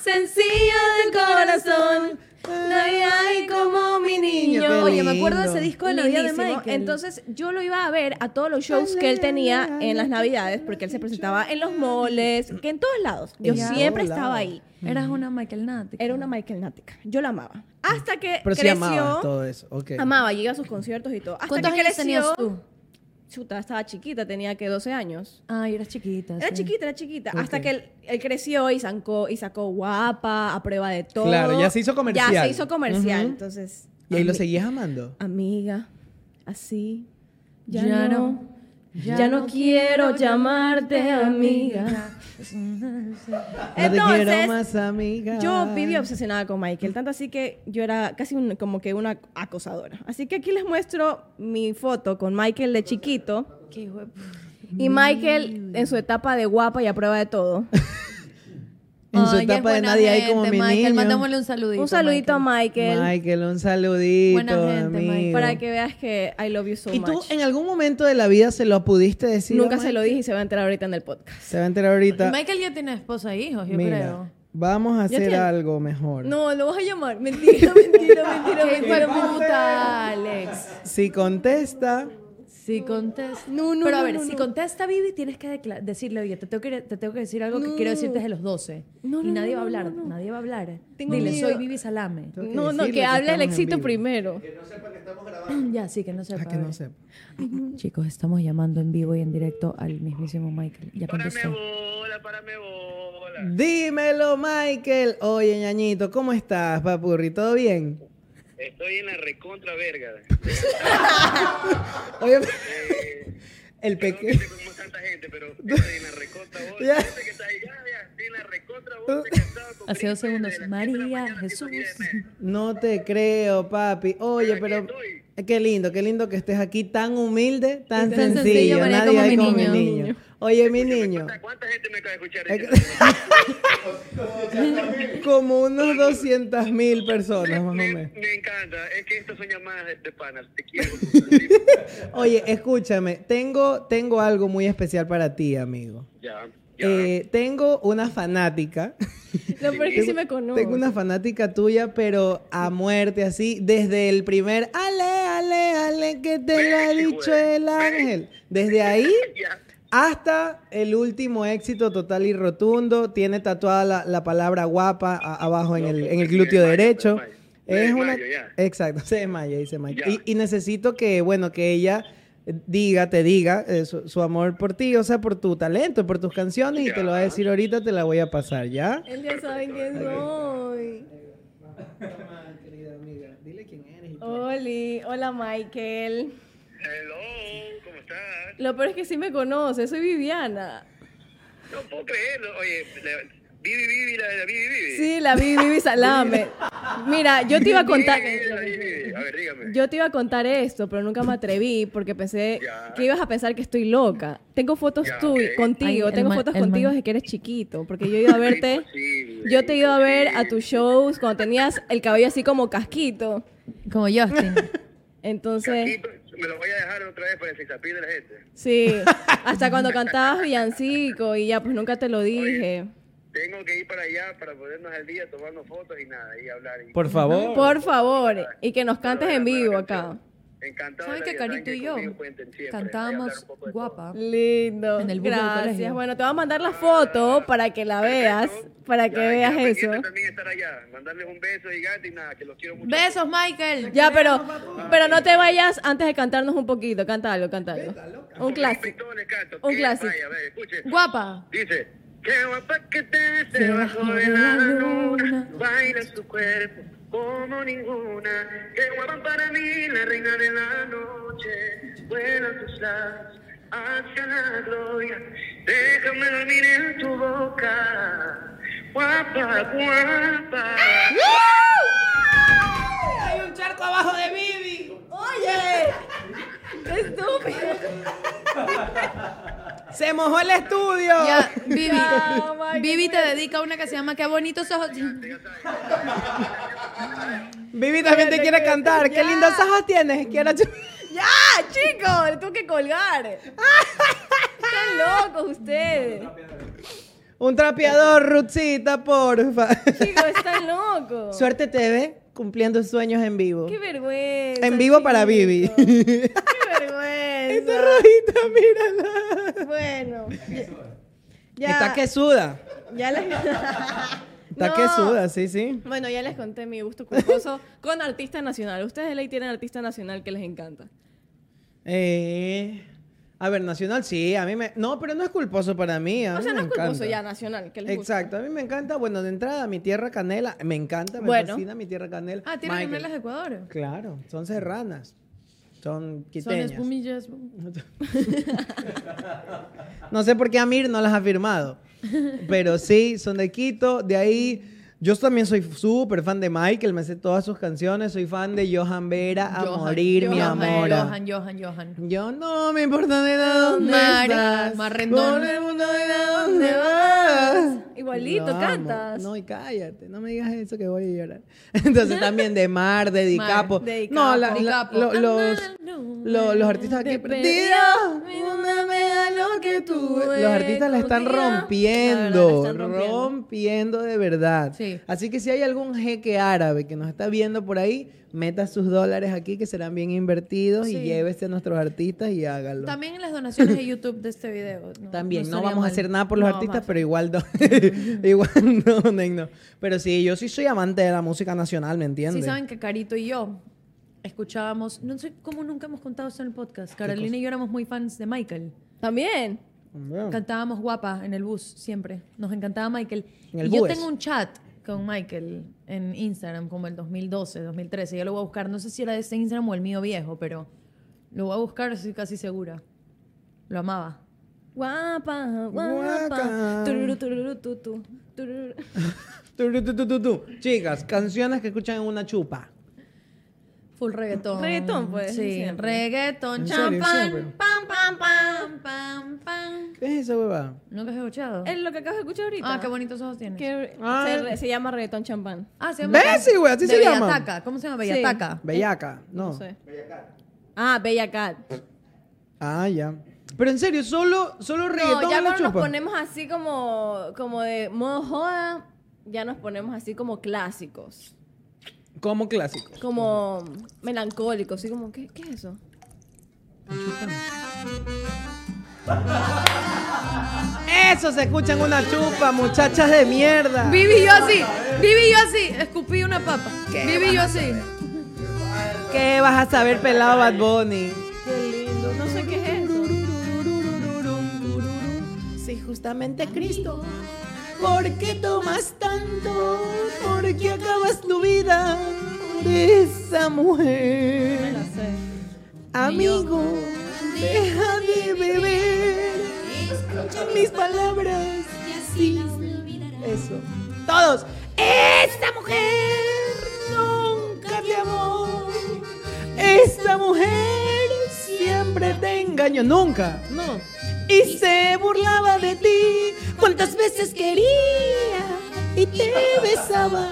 S1: sencillo del corazón. Nadie hay como mi niño.
S3: Qué
S2: Oye, me acuerdo de
S3: lindo.
S2: ese disco de la vida de
S1: Lindísimo.
S2: Michael.
S1: Entonces yo lo iba a ver a todos los shows que él tenía en las navidades, porque él se presentaba en los moles, que en todos lados. Yo
S2: Ya.
S1: siempre
S3: Todos
S1: estaba
S3: lados.
S1: ahí.
S2: eras una Michael Nati.
S1: Era una Michael Nática. Yo la amaba. Hasta que
S3: Pero sí
S1: creció.
S3: amabas todo eso. ok.
S1: Amaba, yo iba a sus conciertos y todo. Hasta
S2: ¿Cuántos
S1: que
S2: años
S1: creció-
S2: tenías tú?
S1: Chuta, estaba chiquita, tenía que 12 años.
S2: Ay, eras chiquita.
S1: Era
S2: sí.
S1: chiquita, era chiquita. Hasta que él, él creció y, zancó, y sacó guapa, a prueba de todo.
S3: Claro, ya se hizo comercial.
S1: Ya se hizo comercial.
S3: Ujú.
S1: Entonces.
S3: ¿Y ahí lo
S1: ami-
S3: seguías amando?
S1: Amiga, así. Ya,
S2: Ya
S1: no.
S2: no.
S1: Ya, no, quiero llamarte amiga.
S3: no te
S1: Entonces,
S3: quiero más, amiga.
S1: Yo vivía obsesionada con Michael, tanto así que yo era casi un- como que una acosadora. Así que aquí les muestro mi foto con Michael de chiquito
S2: Qué hijo de puta.
S1: y Michael en su etapa de guapa y a prueba de todo.
S3: En su
S2: Ay, es
S3: etapa de
S2: buena
S3: nadie hay
S2: gente,
S3: como mi
S2: Michael,
S3: niño.
S2: mandémosle un saludito.
S1: Un saludito
S2: Michael.
S1: a Michael,
S3: Michael, un saludito.
S2: Buena gente, Mike.
S3: amigo.
S1: para que veas que I love you so
S3: ¿Y tú
S1: much.
S3: en algún momento de la vida se lo pudiste decir? a
S1: Nunca se lo
S3: Michael?
S1: dije y se va a enterar ahorita en el podcast.
S3: Se va a enterar ahorita.
S2: Michael ya tiene esposa e hijos, yo creo.
S3: Mira, vamos a hacer
S1: tiene-
S3: algo mejor.
S1: No, lo vas a llamar. Mentira, mentira, mentira,
S2: Qué hijo de
S1: mentira.
S2: puta, Alex.
S3: Si contesta,
S2: Si contesta.
S1: No, no,
S2: Pero a
S1: no,
S2: ver,
S1: no,
S2: si
S1: no.
S2: contesta Vivi, tienes que decla- decirle, oye, te tengo que, te tengo que decir algo que
S1: No.
S2: quiero decirte desde los 12.
S1: No,
S2: y
S1: no,
S2: nadie
S1: no,
S2: va a
S1: no,
S2: hablar,
S1: no, no.
S2: nadie va a hablar.
S1: Tengo
S2: Dile,
S1: miedo.
S2: soy Vivi [clears throat] Salame.
S3: Tengo que
S1: No, no,
S3: decirle
S1: que
S3: que
S1: hable el
S3: estamos en
S1: éxito
S3: vivo.
S1: primero.
S2: ya, sí, Ah, que no sepa.
S3: a que
S2: a
S3: no
S2: ver.
S3: sepa.
S2: Chicos, estamos llamando en vivo y en directo al mismísimo Michael. Ya contestó.
S3: Dímelo, Michael. Oye, ñañito, ¿cómo estás, papurri? ¿Todo bien?
S10: Estoy en la recontra
S3: [laughs]
S10: verga.
S3: Oye, el
S10: Eh, Perdón que
S3: pequeño.
S10: esté con tanta gente,
S3: [laughs]
S10: pero estoy en la recontra voz.
S3: Ya.
S10: Gente que está ahí, ya, ya, estoy en la recontra voz, cansado con
S2: Hace dos
S10: gripe
S2: segundos.
S10: desde las siete de la
S2: María,
S10: mañana,
S2: Jesús.
S10: tipo diez de la mañana.
S3: No te creo, papi. Oye, pero qué lindo, qué lindo que estés aquí tan humilde, tan,
S2: Tan
S3: sencillo.
S2: sencillo, María,
S3: Nadie
S2: como
S3: hay
S2: mi
S3: como mi
S2: niño.
S3: niño. Oye, mi niño.
S10: ¿Cuánta gente me acaba de escuchar?
S3: [laughs] Como unos 200 mil personas, más o menos.
S10: Me encanta. Es que estas son llamadas de, de panas. Te
S3: [laughs]
S10: quiero.
S3: Oye, escúchame, tengo, tengo algo muy especial para ti, amigo.
S10: ya. ya.
S3: Eh, tengo una fanática.
S1: No, pero es que sí me conozco.
S3: Tengo una fanática tuya, pero a muerte, así, desde el primer Ale, Ale, Ale, que te lo ha
S10: Ven,
S3: dicho
S10: güey,
S3: el
S10: ven.
S3: ángel. Desde ahí
S10: [laughs] Ya.
S3: hasta el último éxito total y rotundo. Tiene tatuada la, la palabra guapa a- abajo en el, en el
S10: me
S3: glúteo
S10: desmayo, me
S3: derecho.
S10: desmayo. Me
S3: Es una.
S10: desmayo, ya.
S3: Exacto, se desmaya, dice Mike.
S10: Ya.
S3: Y, y necesito que, bueno, que ella diga, te diga eh, su, su amor por ti, o sea, por tu talento, por tus canciones, y te lo va a decir ahorita, te la voy a pasar, ¿ya?
S1: Él ya sabe quién soy. Oli, hola Michael.
S10: Hello, ¿cómo estás?
S1: Lo peor es que sí me conoce, soy Viviana.
S10: No puedo creerlo. Oye, la, Vivi, Vivi, la de la Vivi, Vivi.
S1: Sí, [laughs] la Vivi, Vivi Salame. Mira, yo te iba a contar.
S10: Vivi, la Vivi, Vivi. A ver, dígame.
S1: Yo te iba a contar esto, pero nunca me atreví porque pensé
S10: Ya.
S1: que ibas a pensar que estoy loca. Tengo fotos
S10: Ya,
S1: tú
S10: ok.
S1: contigo,
S2: Ay, el
S1: tengo
S2: man-
S1: fotos
S2: el man.
S1: contigo desde que eres chiquito, porque yo he ido a verte,
S10: Imposible,
S1: yo te he ido a ver a tus shows cuando tenías el cabello así como casquito.
S2: Como [laughs] Justin.
S1: Entonces,
S10: Aquí me lo voy a dejar otra vez para el sexapil de la gente.
S1: sí, hasta cuando cantabas villancico y ya pues nunca te lo dije.
S10: Tengo que ir para allá para ponernos al día, tomarnos fotos y nada, y hablar. Y...
S3: Por favor.
S1: Por favor, y que nos cantes en vivo acá.
S10: Encantado.
S2: ¿Saben
S10: de
S2: que
S10: la vida,
S2: Carito y
S10: que
S2: yo
S10: conmigo cuenten siempre. Voy a hablar
S2: cantábamos
S10: un poco de todo.
S2: guapa?
S1: Lindo.
S2: En el bus del
S1: Gracias.
S2: colegio.
S1: Bueno, te voy a mandar la foto para que la veas,
S10: Perfecto.
S1: para que
S10: Ya, y
S1: veas
S10: quedo
S1: eso.
S10: pendiente también estar allá, mandarles un beso gigante y nada, que los quiero mucho.
S2: Besos, Michael.
S1: Ya, pero, pero no te vayas antes de cantarnos un poquito. Canta algo, canta algo. Un
S10: Con mis
S1: clásico.
S10: pitones canto.
S1: Un
S10: Que
S1: clásico.
S10: vaya, a ver, escuche.
S1: [laughs]
S2: Guapa.
S10: Dice, qué guapa que te debajo de la luna, baila tu cuerpo como ninguna, qué guapa para mí la reina de la noche, vuela tus labios hacia la gloria, déjame dormir en tu boca, guapa, guapa.
S3: Se mojó el estudio.
S2: Ya, Vivi.
S1: Ya, Michael,
S2: Vivi te dedica una que se llama Qué bonitos ojos.
S3: Vivi también te quiere cantar. Qué
S1: Ya.
S3: lindos ojos tienes. Quiero chu-
S1: ¡Ya, chicos! Le tengo que colgar. Están locos ustedes.
S3: Un trapeador, Rutsita, porfa.
S1: Chicos, están locos.
S3: Suerte TV, cumpliendo sueños en vivo.
S1: ¡Qué vergüenza!
S3: En vivo para Vivi.
S1: chicos.
S3: Esta
S1: ¡Qué
S3: [laughs]
S1: vergüenza!
S3: rojita, mírala.
S1: Bueno. Ya,
S3: Está que suda.
S1: ya les...
S3: [laughs] Está
S1: No.
S3: que suda, sí, sí.
S1: Bueno, ya les conté mi gusto culposo con artista nacional. Ustedes de ley tienen artista nacional que les encanta.
S3: Eh, a ver, Nacional sí, a mí me... No, pero no es culposo para mí. a
S1: O
S3: mí
S1: sea,
S3: me
S1: no es culposo
S3: encanta.
S1: ya nacional, que les gusta.
S3: Exacto, a mí me encanta. Bueno, de entrada, mi tierra canela, me encanta, me
S1: Bueno.
S3: fascina mi tierra canela.
S2: Ah, tiene
S3: Michael.
S2: gemelas de Ecuador.
S3: Claro, son serranas. Son
S2: Son
S3: quiteñas.
S2: espumillas.
S3: No sé por qué Amir no las ha
S2: [laughs]
S3: firmado. Pero sí, son de Quito. De ahí, yo también soy súper fan de Michael. Me sé todas sus canciones. Soy fan de Johan Vera a
S2: Johan,
S3: morir, mi
S2: Johan,
S3: amor.
S2: Johan, Johan, Johan.
S3: Yo no me importa de la dónde
S2: Mar-
S3: estás.
S2: Marrendón.
S3: Por el mundo de la dónde vas.
S1: Ah, Igualito,
S3: Lo amo.
S1: cantas.
S3: No, y cállate. No me digas eso que voy a llorar. [laughs] Entonces también de Mar, de Dicapo.
S1: de Di
S3: No, la-
S1: Capo.
S3: la-
S2: Di Capo.
S3: lo- los, lo- los artistas aquí.
S1: De
S3: perdidos.
S1: perdido, una lo que tú
S3: Los artistas la están
S1: eres,
S3: rompiendo,
S1: La verdad, la están rompiendo.
S3: rompiendo de verdad.
S2: Sí.
S3: Así que si hay algún jeque árabe que nos está viendo por ahí, meta sus dólares aquí que serán bien invertidos y
S2: Sí.
S3: lévese a nuestros artistas y hágalo. También,
S2: También en las donaciones de YouTube de este video. No,
S3: no,
S2: estaría
S3: vamos
S2: mal.
S3: a hacer nada por los
S2: No,
S3: artistas,
S2: vamos a
S3: pero igual no. [laughs] igual no, Nen, no. Pero sí, yo sí soy amante de la música nacional, ¿me
S2: Sí,
S3: entiendes?
S2: saben que Carito y yo escuchábamos, no sé cómo nunca hemos contado esto en el podcast. Carolina y yo éramos muy fans de Michael.
S1: También.
S3: Bueno.
S2: Cantábamos guapa en el bus siempre. Nos encantaba Michael.
S3: En el
S2: y yo
S3: bus.
S2: tengo un chat con Michael en Instagram como el 2012, 2013. Yo lo voy a buscar. No sé si era de ese Instagram o el mío viejo, pero lo voy a buscar, estoy casi segura. Lo amaba.
S1: Guapa,
S3: Guaca.
S1: guapa. Tururú, tururú, tu, tu, tururú.
S3: Tu, tu, tu, tu, tu, tu. Chicas, canciones que escuchan en una chupa.
S2: Full reggaetón.
S1: Reggaetón, pues,
S2: Sí,
S1: siempre.
S2: reggaetón,
S3: ¿En serio?
S2: champán,
S3: Siempre.
S2: pam, pam, pam. Pam, pam, pam.
S3: ¿Qué es esa huevada?
S2: ¿Nunca has escuchado?
S1: Es lo que acabas de escuchar ahorita.
S2: Ah, qué bonitos ojos tienes.
S1: Que
S3: Ah.
S1: se, re- se llama reggaetón champán.
S2: Ah, se
S3: Bessie, güey, así
S2: De
S3: se llama.
S2: Bellataca. ¿Cómo se llama?
S1: Sí.
S2: Bellataca.
S3: Bellaca, no.
S1: No sé. Ah, Bella Cat.
S3: Ah, ya. Pero en serio, solo, solo reggaetón
S1: No, ya
S3: la
S1: cuando nos
S3: chupa.
S1: ponemos así como, como de modo joda, ya nos ponemos así como clásicos.
S3: Como clásico.
S1: Como melancólicos. Así como, ¿qué, qué es eso?
S3: Eso se escucha en una chupa, muchachas de mierda.
S2: Vivi y yo así. Vivi y yo así. Escupí una papa. Vivi y yo así.
S3: ¿Qué vas a saber pelado Bad Bunny?
S1: No sé qué es eso.
S3: Sí, justamente Cristo. ¿Por qué tomas tanto? ¿Por qué acabas tu vida por esa mujer? Amigo, deja de beber. Escucha mis palabras.
S5: Y así las olvidarás.
S3: Eso. Todos. Esta mujer nunca te amó. Esta mujer siempre te engañó. Nunca. No. Y se burlaba de ti. ¿Cuántas veces quería? Y te besaba.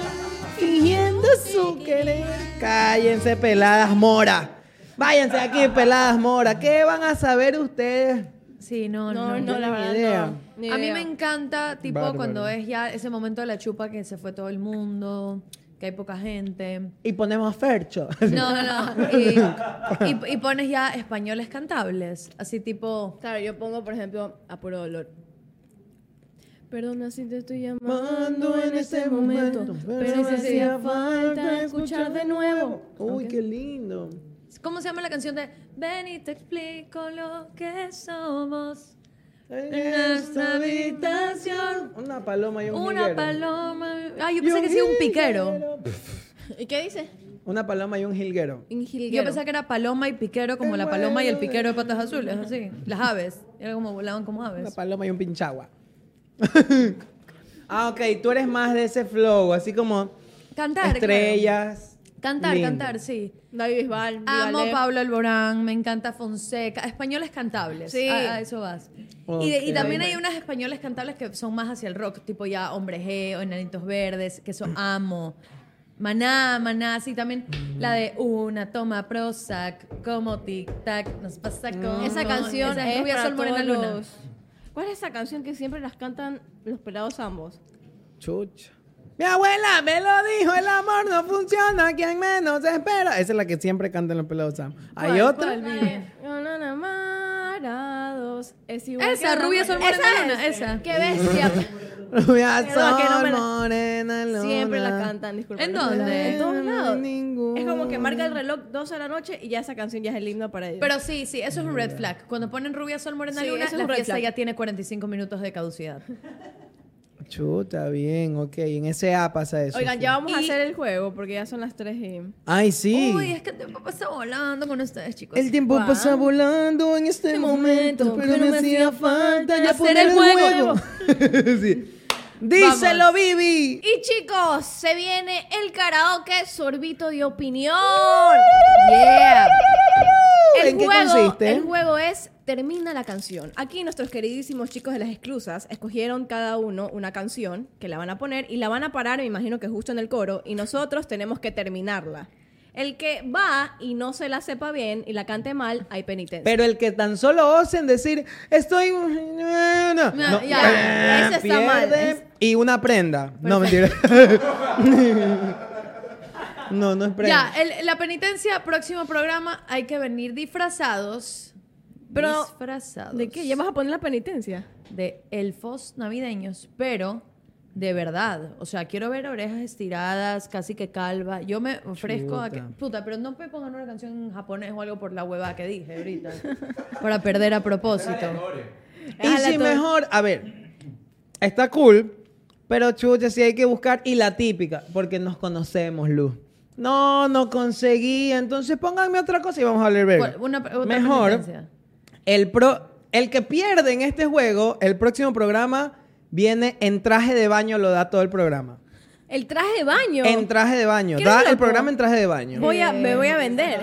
S3: Fingiendo su querer. Cállense, peladas mora. Váyanse de aquí, peladas mora. ¿Qué van a saber ustedes?
S2: Sí, no, no.
S1: No, no, la
S3: ni
S1: verdad
S3: idea.
S1: no. Ni
S2: A mí
S1: idea.
S2: me encanta, tipo,
S3: Bárbaro.
S2: cuando es ya ese momento de la chupa que se fue todo el mundo, que hay poca gente.
S3: Y ponemos a Fercho.
S2: No, no, no. Y, y- y pones ya españoles cantables. Así tipo.
S1: Claro, yo pongo, por ejemplo, a puro dolor. Perdona si te estoy
S3: Mando
S1: llamando en este momento, pero me hacía falta escuchar de nuevo.
S3: Uy,
S1: Ok.
S3: qué lindo.
S2: ¿Cómo se llama la canción de Ven y te explico lo que somos?
S3: En
S2: esta habitación.
S3: Una paloma y un
S2: Una
S3: jilguero.
S2: paloma. Ay, yo
S3: Y
S2: pensé que sí, un piquero.
S3: jilguero.
S1: ¿Y qué dice?
S3: [laughs] Una paloma y un jilguero.
S2: Yo pensaba que era paloma y piquero, como la paloma y el piquero de patas azules, así. Las aves. Era como volaban como
S3: Una
S2: aves.
S3: paloma y un pinchagua. [laughs] ah, ok, tú eres más de ese flow, así como
S2: Cantar. claro.
S3: estrellas.
S2: Cantar,
S3: Lindo.
S2: cantar, sí.
S1: David Bisbal. Viva
S2: Amo
S1: Lep.
S2: Pablo Alborán, me encanta Fonseca, españoles cantables.
S1: Sí.
S2: A, a eso vas. Y, de- y
S3: Ok.
S2: también hay unas españoles cantables que son más hacia el rock, tipo ya Hombre G o Enanitos Verdes, que eso amo. Maná, maná, sí, también la de una toma Prozac, como tic tac, nos pasa con.
S1: Mm. Esa canción
S2: esa
S1: es
S2: rubia
S1: para
S2: sol morena
S1: todos
S2: luna.
S1: los- ¿Cuál es esa canción que siempre las cantan los pelados ambos?
S3: Chucha. Mi abuela me lo dijo, el amor no funciona, quien menos espera. Esa es la que siempre cantan los pelados Sam. ¿Hay otra?
S1: La de, "No, no, no, marados, es igual
S2: Esa,
S1: que la-
S2: rubia sol morena luna,
S1: es.
S2: esa.
S1: Qué
S3: [laughs]
S1: bestia.
S3: Rubia
S1: Perdón, que no
S3: sol,
S1: me la-
S3: morena luna.
S1: siempre la cantan, disculpa.
S2: ¿En dónde?
S1: En todos lados.
S3: Ninguna.
S1: Es como que marca el reloj 12 de la noche y ya esa canción ya es el himno para ellos.
S2: Pero sí, sí, eso es un red flag. Cuando ponen rubia sol morena
S1: Sí,
S2: luna,
S1: eso es
S2: la
S1: un red
S2: fiesta
S1: flag.
S2: ya tiene 45 minutos de caducidad.
S3: Chuta, bien, ok. En ese A pasa eso.
S1: Oigan,
S3: sí.
S1: ya vamos a
S2: Y-
S1: hacer el juego porque ya son las 3 y...
S3: Ay, sí.
S2: Uy, es que el tiempo pasa volando con ustedes, chicos.
S3: el tiempo
S1: Wow.
S3: pasa volando en este momento, pero me hacía falta ya poner el juego. [laughs] Sí. Díselo, Vivi.
S1: Y chicos, se viene el karaoke sorbito de opinión.
S2: Yeah.
S1: El
S3: ¡Uh! ¿En qué
S1: juego,
S3: consiste?
S1: El juego es termina la canción. Aquí nuestros queridísimos chicos de las exclusas escogieron cada uno una canción que la van a poner y la van a parar, me imagino que justo en el coro, y nosotros tenemos que terminarla. El que va y no se la sepa bien y la cante mal, hay penitencia.
S3: Pero el que tan solo osen decir, estoy... No, eh,
S2: No, ya,
S1: ese está mal.
S3: pierde.
S1: Es-
S3: Y una prenda. No, mentira. [laughs] no, no es prenda.
S2: Ya, el- la penitencia, próximo programa, hay que venir disfrazados.
S1: Pero,
S2: disfrazados.
S1: ¿De qué? ¿Ya vas a poner la penitencia?
S2: De elfos navideños, pero de verdad. O sea, quiero ver orejas estiradas, casi que calva. Yo me ofrezco a que.
S3: Chuta.
S2: Puta, pero no me pongan una canción en japonés o algo por la hueva que dije ahorita. para perder a propósito.
S3: Y si mejor, a ver, está cool, pero chucha, si hay que buscar, y la típica, porque nos conocemos, Luz. No, no conseguí, entonces pónganme otra cosa y vamos a hablar verga.
S2: ¿Cuál- una- otra
S3: mejor,
S2: penitencia?
S3: el, pro, el que pierde en este juego, el próximo programa viene en traje de baño, lo da todo el programa.
S1: El traje de baño.
S3: En traje de baño,
S1: ¿Qué
S3: da
S1: loco?
S3: el programa en traje de baño.
S1: Voy a, me voy a vender.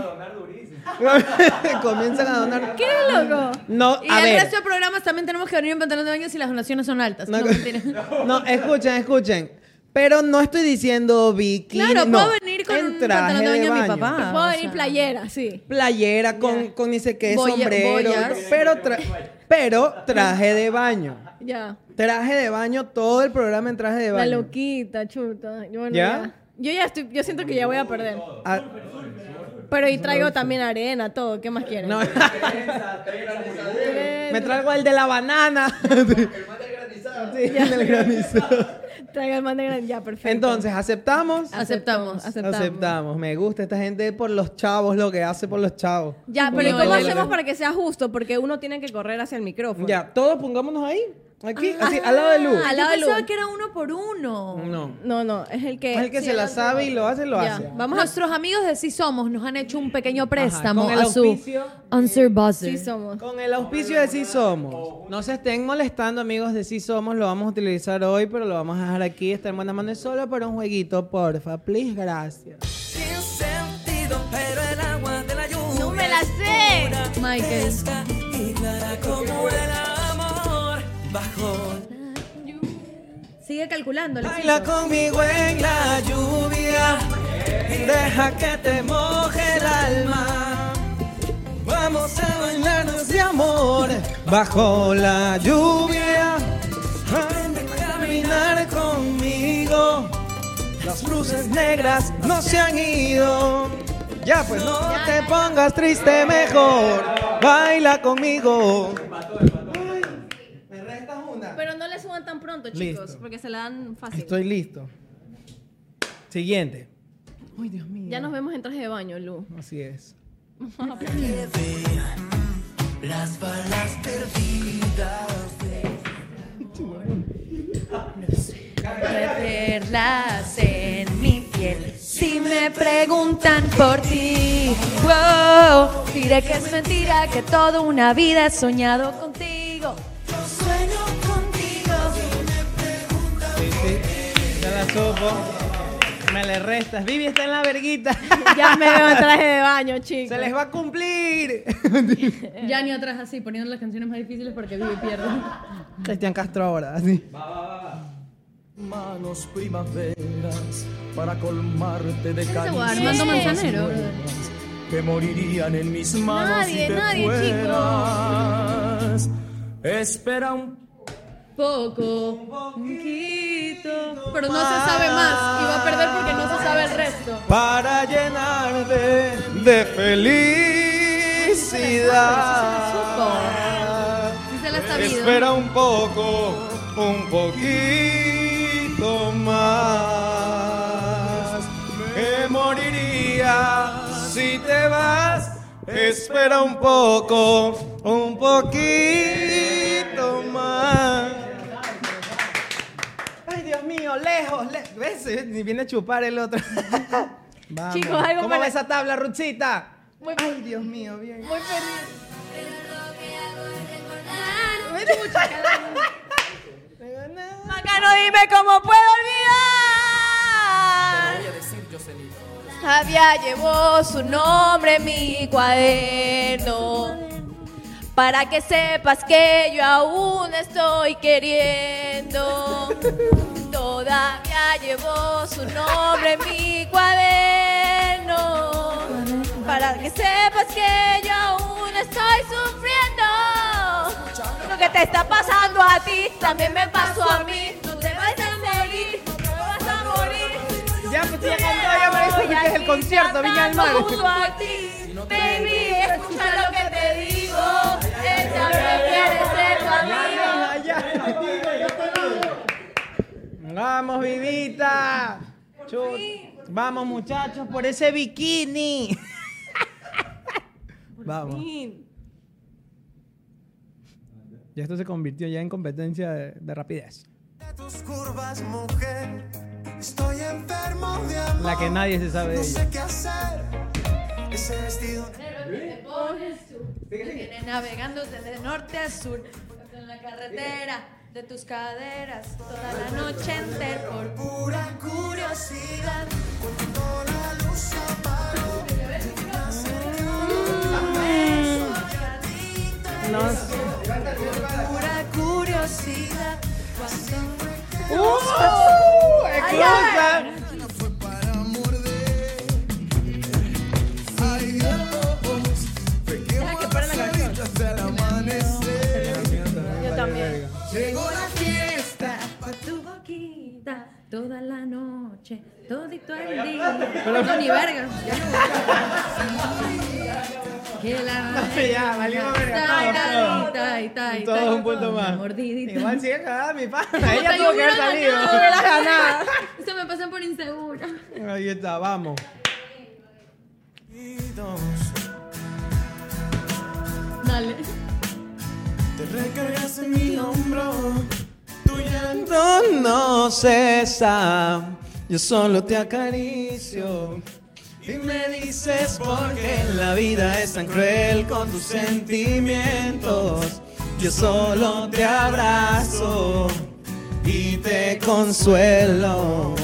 S3: [laughs] Comienzan a donar.
S2: ¿Qué, loco?
S3: No,
S2: Y
S3: a
S2: el
S3: ver.
S2: resto de programas también tenemos que venir en pantalón de baño si las donaciones son altas. No,
S3: No,
S2: mentira.
S3: [laughs] no, escuchen, escuchen. Pero no estoy diciendo bikini.
S2: Claro,
S3: no.
S2: puedo venir con
S3: En
S2: un
S3: traje
S2: pantalón de baño de mi papá.
S1: Puedo
S2: o
S1: venir
S2: sea.
S1: playera, sí.
S3: Playera con, con ni sé qué,
S2: Boya-
S3: sombrero.
S2: boyas.
S3: Pero, tra- pero traje de baño.
S1: Ya.
S3: Traje de baño, todo el programa en traje de
S1: La
S3: baño.
S1: loquita, chuta. Yo, bueno,
S3: ¿Ya?
S1: ¿Ya? Yo ya estoy, yo siento que ya voy a perder.
S3: Ah,
S1: Pero y traigo también arena, todo. ¿Qué más quieres? [laughs]
S3: no. [laughs] Me traigo el de la banana. Sí, el del granizado.
S1: Traigo el man de gran- Ya, perfecto.
S3: Entonces, ¿aceptamos?
S2: Aceptamos.
S1: aceptamos.
S3: Me gusta esta gente por los chavos, lo que hace por los chavos.
S1: Ya, pero ¿y
S2: No,
S1: cómo
S2: dale,
S1: hacemos
S2: dale.
S1: para que sea justo? Porque uno tiene que correr hacia el micrófono.
S3: Ya, todos pongámonos ahí. Aquí, así, al lado de Luz.
S2: Ah,
S1: Al
S2: yo
S1: lado de
S2: pensaba
S1: Lu.
S2: que era uno por uno.
S3: No.
S1: No, no, es el que.
S3: Es el que
S1: sí,
S3: se la sabe y lo hace, lo
S1: Ya,
S3: hace.
S1: Vamos a.
S2: Nuestros amigos de Sí Somos nos han hecho un pequeño préstamo
S3: con el
S2: a su
S3: auspicio
S2: Answer Buzzer.
S1: Sí, somos.
S3: Con el auspicio de Sí Somos. No se estén molestando, amigos de Sí Somos. Lo vamos a utilizar hoy, pero lo vamos a dejar aquí. Está en buena mano y solo para un jueguito, porfa. Please, gracias.
S4: Sin sentido, pero el agua de la lluvia.
S1: ¡No me la sé!
S2: Michael.
S4: fresca y clara como el amor. Bajo
S2: Sigue calculando.
S4: Baila conmigo en la lluvia, deja que te moje el alma. Vamos a bailarnos de amor bajo la lluvia. Ven a caminar conmigo. Las luces negras no se han ido.
S3: Ya, pues. No te pongas triste, mejor. Baila conmigo. Me restas una.
S1: Pero no le suban tan pronto, chicos,
S3: Listo.
S1: porque se la dan fácil.
S3: Estoy listo. Siguiente. Ay, Dios mío.
S1: Ya nos vemos en traje de baño, Lu.
S3: Así es.
S4: Las balas perdidas.
S2: Perlas en mi piel. Si me preguntan por ti, wow, diré que es mentira, que toda una vida he soñado contigo.
S4: Sueño contigo.
S3: Sí, sí. Ya la supo. Me le restas. Vivi está en la verguita.
S1: Ya me veo en traje de baño, chicos.
S3: Se les va a cumplir.
S2: Ya ni atrás así, poniendo las canciones más difíciles para que vive y pierda.
S3: Cristian Castro ahora, así.
S7: Manos primaveras para colmarte de caricias
S2: Armando Manzanero.
S7: que morirían en mis manos
S1: Nadie,
S7: si te
S1: nadie,
S7: fueras. Espera un
S2: Poco, un poquito. Pero no se sabe más y va a perder porque no se sabe el resto.
S7: para llenarte de felicidad.
S2: Si se la ha
S7: Espera un poco, un poquito más. Me moriría si te vas. Espera un poco, un poquito más.
S3: Ay, Dios mío, lejos. le- ¿Ves? Eh, Ni viene a chupar el otro. [laughs] Vamos.
S1: Chicos, algo
S3: ¿Cómo
S1: para-
S3: va esa tabla, Ruchita? Ay, Dios mío, bien.
S1: Muy feliz.
S5: Pero lo que hago es recordar.
S1: Macano, dime cómo puedo olvidar. Javier llevó su nombre en mi cuaderno. Para que sepas que yo aún estoy queriendo. Todavía llevo su nombre en mi cuaderno. Para que sepas que yo aún estoy sufriendo. Lo que te está pasando a ti también me pasó a mí. Tú te vas a morir, tú te vas a morir.
S3: Ya, pues ya cantó, ya parece que es el concierto, Viña al Mar.
S5: Junto a ti, baby, escucha lo que te digo. Ella prefiere ser tu amigo.
S3: Vamos, Vivita. Chut. Vamos, muchachos, por ese bikini. Vamos. Ya esto se convirtió ya en competencia de, de rapidez.
S4: De tus curvas, mujer, estoy enfermo de amor.
S3: La que nadie se sabe de
S4: No
S3: ella.
S4: sé qué hacer. Ese vestido
S2: Viene navegando desde norte a sur en la carretera de tus caderas toda la noche entera por
S4: pura curiosidad. Cuando la luz se apagó, llegaste tú.
S5: noche, todito el día. No, ni verga. Ya no. Que la
S3: Ya, valió verga,
S5: Tai,
S3: todo,
S5: tai, tai, tai,
S3: Todo
S5: tai,
S3: un punto
S5: todo.
S3: más.
S5: Una Mordidita.
S3: Igual sigue cagada mi pana.
S5: Puta,
S3: Ella
S5: yo
S3: tuvo que haber
S5: hubiera
S3: salido.
S5: ganado.
S1: Hubiera ganado.
S2: Eso me pasa por insegura.
S3: Ahí está, vamos.
S5: Dale.
S11: Te recargas en mi hombro, tu llanto.
S3: No, no cesa. Yo solo te acaricio.
S11: Y me dices por qué la vida es tan cruel con tus sentimientos. Yo solo te abrazo y te consuelo.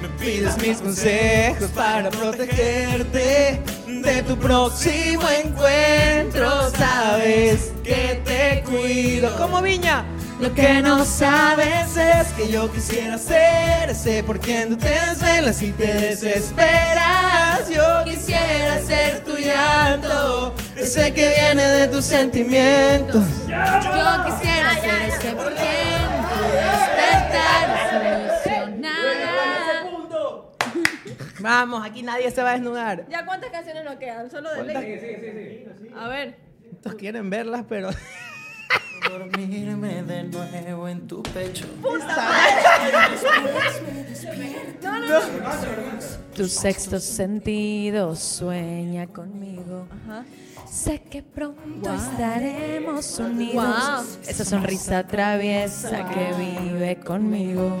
S11: Me pides mis consejos para protegerte de tu próximo encuentro. Sabes que te cuido. Como viña. Lo que no sabes es que yo quisiera ser ese por quien tú te desvelas y te desesperas. Yo quisiera ser tu llanto, ese que viene de tus sentimientos.
S5: Yo quisiera ser
S2: este
S5: ese por quien tú despertar solucionada.
S3: Vamos, aquí nadie se va a desnudar.
S1: ¿Ya cuántas canciones nos quedan? Solo de Ley. A ver.
S3: Estos quieren verlas, pero.
S11: Dormirme de nuevo en tu pecho.
S5: Tu sexto sentido sueña conmigo. Sé que pronto estaremos unidos. Esa sonrisa traviesa que vive conmigo.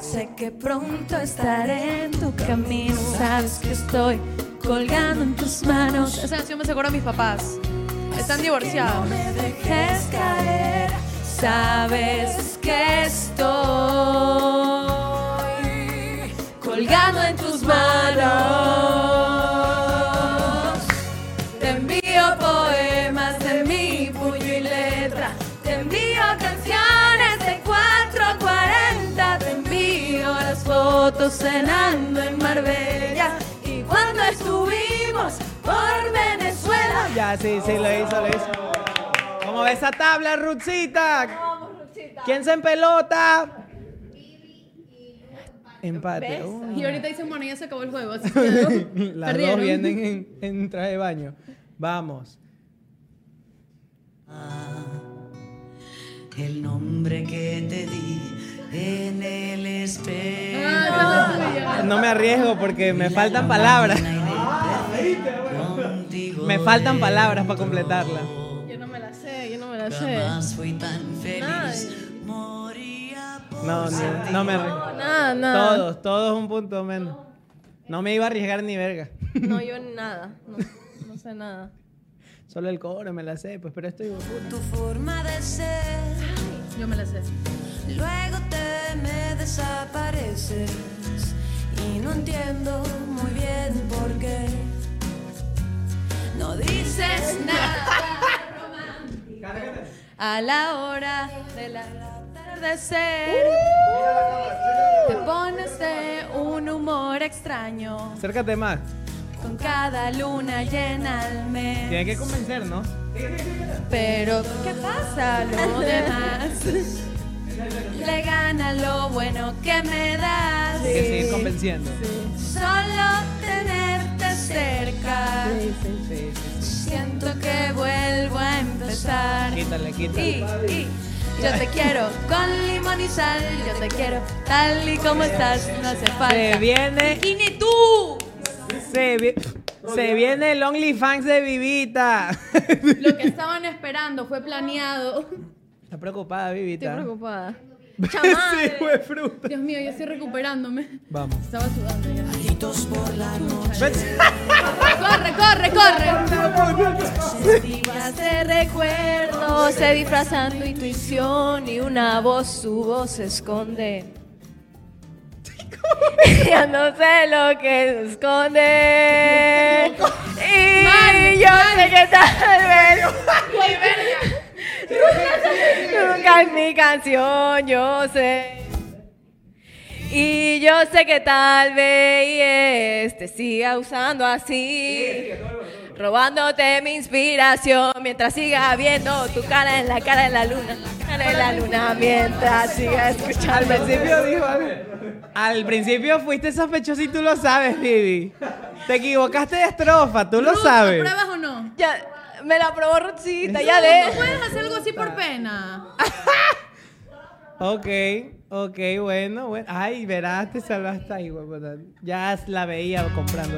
S5: Sé que pronto estaré en tu camino. Sabes que estoy colgando en tus manos. Esa canción me asegura a mis papás. Están divorciados. No me dejes caer. Sabes que estoy colgando en tus manos. Te envío poemas de mi puño y letra. Te envío canciones de 440. Te envío las fotos cenando en Marbella. Y cuando estuvimos por Venezuela.
S3: Ya, sí, sí, lo hizo, lo hizo. ¿Cómo ves esa tabla, Rutsita?
S1: Vamos, Luchita.
S3: ¿Quién se empelota? Empate.
S1: ¿Ves?
S3: Uy.
S5: Y ahorita dicen, bueno, ya se acabó el juego. Así que
S3: [laughs] Las
S5: perdieron.
S3: dos vienen en, en traje de baño. Vamos.
S6: Ah, El nombre que te di en el espejo.
S5: Ah,
S3: No me arriesgo porque me faltan palabras.
S6: Ah,
S3: Me faltan palabras para completarla.
S1: Yo no me la sé, yo no me la sé.
S6: Jamás fui tan feliz.
S1: Ay.
S6: Moría por
S3: No, no, no me
S1: No,
S3: arriesgo.
S1: nada, nada.
S3: Todos, todos un punto menos. No me iba a arriesgar ni verga. [laughs]
S1: No, yo nada. No, no sé nada.
S3: Solo el cobro me la sé, pues, pero estoy
S2: Tu forma de ser,
S5: yo me la sé.
S2: luego te me desapareces. Y no entiendo muy bien por qué. No dices nada.
S5: A la hora del atardecer
S3: Uh.
S5: te pones de un humor extraño.
S3: Acércate más.
S5: Con cada luna llena al mes.
S3: Tiene que convencer, ¿no?
S5: Pero, ¿qué pasa? Lo demás le gana lo bueno que me das.
S3: Tiene que seguir convenciendo.
S5: Solo tenerte cerca.
S3: Sí, sí, sí.
S5: Siento que vuelvo a empezar.
S3: Quítale,
S5: Y,
S3: quítale.
S5: y, yo te quiero con limón y sal, yo te quiero tal y como estás, no hace
S3: Se
S5: falta.
S3: viene,
S5: ¡Gine tú!
S3: se, vi- se viene el OnlyFans de Vivita. [laughs]
S5: Lo que estaban esperando fue planeado.
S3: Está preocupada, Vivita.
S1: Estoy
S3: [laughs]
S5: [laughs]
S1: preocupada.
S3: sí,
S1: Chamán.
S3: fue fruta.
S5: Dios mío, yo estoy recuperándome.
S3: Vamos.
S5: Estaba sudando ya. ¡Corre, corre, corre! Días de recuerdo se disfrazan tu intuición y una voz, su voz esconde.
S1: [laughs] Ya no sé lo que se esconde. Y yo sé que tal vez. Nunca es mi canción, yo sé. Y yo
S2: Este,
S1: sé que tal vez te siga usando así.
S2: Robándote mi inspiración mientras siga viendo tu cara en la cara de la luna. Cara en la luna mientras siga
S3: Al
S2: escuchando.
S3: principio dijo algo. Al principio fuiste sospechoso y tú lo sabes, Vivi. Te equivocaste de estrofa, tú lo
S5: Ruth,
S3: sabes.
S5: ¿Apruebas o no?
S2: Ya, me la aprobó Ruthcita,
S5: No,
S2: ya de.
S5: No puedes hacer algo así por pena.
S3: Ok, ok, bueno, bueno. Ay, verás, te salvaste ahí, huevona. Ya la veía comprando.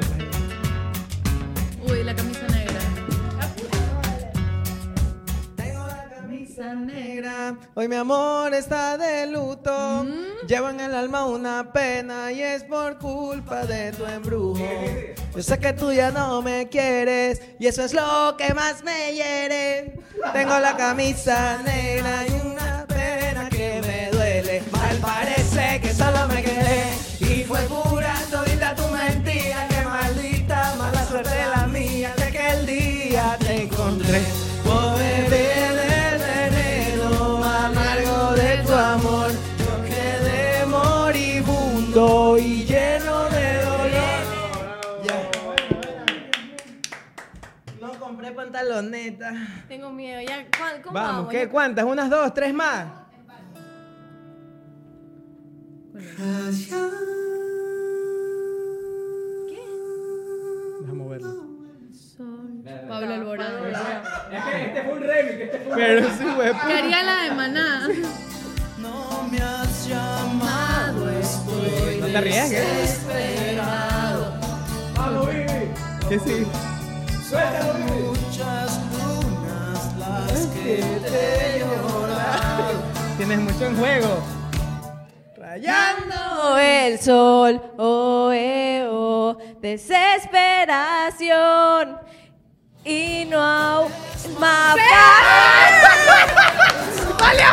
S5: Uy, la camisa negra. Camisa
S3: negra. Hoy mi amor está de luto. Llevo en el alma una pena y es por culpa de tu embrujo. Yo sé que tú ya no me quieres y eso es lo que más me hiere. Tengo la camisa negra y una pena que me duele. Mal parece que solo me quedé y fue pura todita tu mentira. Que maldita mala suerte la mía de aquel día te encontré. Pobre del veneno amargo de tu amor. Yo quedé moribundo y lleno de dolor. No compré pantaloneta.
S1: Tengo miedo. Ya, ¿Cómo
S3: Vamos, ¿qué? ¿Cuántas? ¿Unas dos? ¿Tres más? Déjame verlo.
S5: Pablo Alborán.
S12: Este fue un remix, este fue un
S3: Pero
S12: remix.
S3: sí, güey.
S5: Quería la de Maná.
S6: No me has llamado, estoy
S3: No te rías, ¿eh?
S6: desesperado.
S3: Vamos, Vivi. Que sí. Suéltalo, Vivi.
S6: Muchas lunas las que te he llorado.
S3: Tienes mucho en juego.
S2: Rayando el sol, oh, eh, oh, desesperación y no hay más. ¡Vale,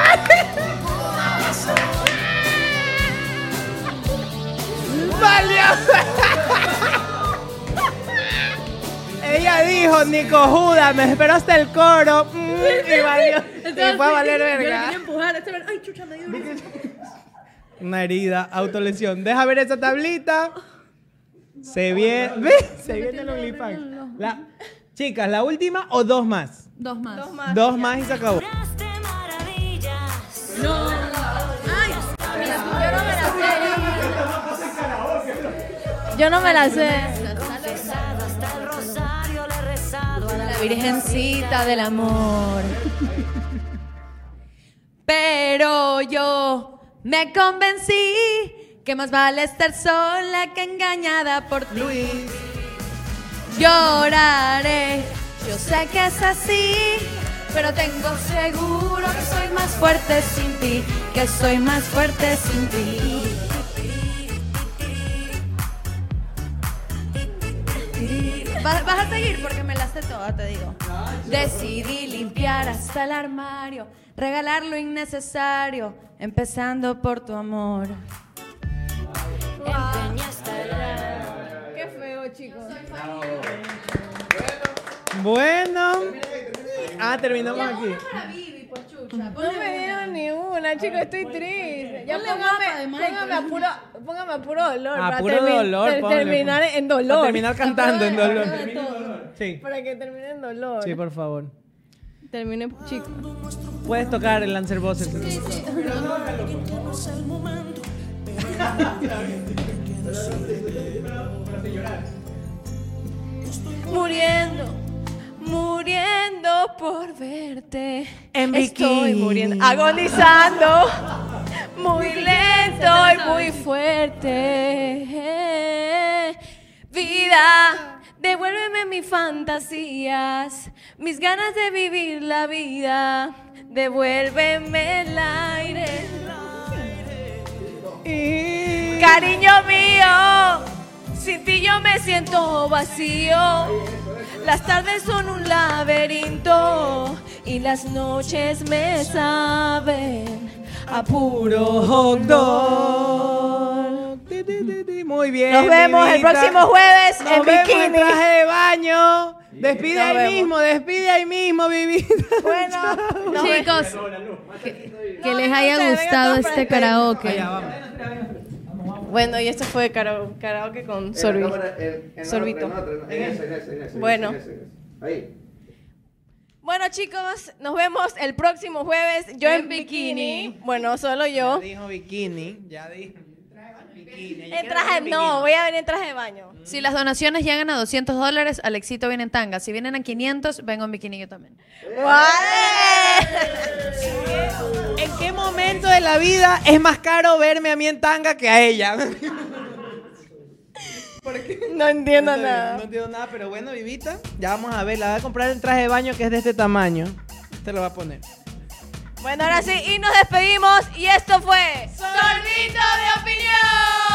S3: Ella dijo, Nico Juda, me espero hasta el coro. Mm,
S5: [laughs]
S3: y valió. Y fue a valer
S5: Yo la
S3: verga.
S5: quería empujar. este era- Ay, chucha, me dio risa.
S3: Una herida, autolesión. Deja ver esa tablita. Se viene. ¿Ve? Se viene el OnlyFans. La- Chicas, ¿la última o dos más?
S5: Dos más. Dos
S3: Dos más y se acabó.
S5: No. Ay, me la pusieron me la
S2: Yo no me la sé. La
S13: La
S2: virgencita del amor. Pero yo me convencí que más vale estar sola que engañada por ti.
S3: Luis.
S2: Lloraré, yo sé que es así, pero tengo seguro que soy más fuerte sin ti, que soy más fuerte sin ti. Vas, vas a seguir porque me la sé toda, te digo. Decidí limpiar hasta el armario, regalar lo innecesario, empezando por tu amor.
S1: Qué feo, chicos.
S3: Bueno. Ah, terminamos aquí.
S1: No me dieron ni una, chicos, estoy triste. Ya
S5: Ponle guapa
S1: póngame,
S5: de Michael.
S1: póngame a puro, póngame a puro dolor.
S3: A
S1: para
S3: Ah, puro
S1: termi-
S3: dolor,
S1: ter-
S3: ponle,
S1: terminar
S3: ponle.
S1: en dolor.
S3: Para terminar cantando en
S1: Para
S3: dolor.
S1: terminar en dolor.
S3: Sí.
S1: Para que termine en dolor.
S3: Sí, por favor.
S1: Termine, chicos.
S3: Puedes tocar el Lancer Bosses.
S2: Muriendo, muriendo por verte.
S3: En
S2: Estoy
S3: bikini.
S2: muriendo, agonizando. [laughs] Muy lento y muy fuerte. Vida, devuélveme mis fantasías, mis ganas de vivir la vida. Devuélveme el aire. Cariño mío, sin ti yo me siento vacío. Las tardes son un laberinto y las noches me saben a puro hot dog.
S3: Ti, ti, ti, ti. Muy bien.
S2: Nos vemos el
S3: amiguita.
S2: próximo jueves
S3: Nos
S2: en
S3: vemos en
S2: bikini.
S3: traje de baño. Despide
S2: Nos
S3: ahí
S2: vemos.
S3: mismo, despide ahí mismo, Vivi. [laughs]
S2: Bueno, nos vemos.
S5: Chicos, que, que les
S2: no,
S5: haya
S2: ustedes vengan
S5: gustado
S2: todos
S5: este
S2: para acá.
S5: karaoke.
S3: Allá, vamos.
S1: Bueno, y esto fue kara- karaoke con sorbito. sorbito. Bueno.
S14: Ahí.
S1: Bueno, chicos, nos vemos el próximo jueves. Yo en, bikini. Bueno, solo yo.
S3: dijo bikini. Ya dijo.
S1: En traje, no, voy a venir en traje de baño.
S2: Si las donaciones llegan a 200 dólares, Alexito viene en tanga. Si vienen a 500, vengo en bikini yo también.
S3: ¿En qué momento de la vida es más caro verme a mí en tanga que a ella?
S1: No entiendo
S3: No,
S1: nada.
S3: No entiendo nada, pero bueno, Vivita, ya vamos a ver. La voy a comprar el traje de baño que es de este tamaño. Te lo va a poner.
S1: Bueno, ahora sí, y nos despedimos. Y esto fue.
S15: Sorbito de opinión.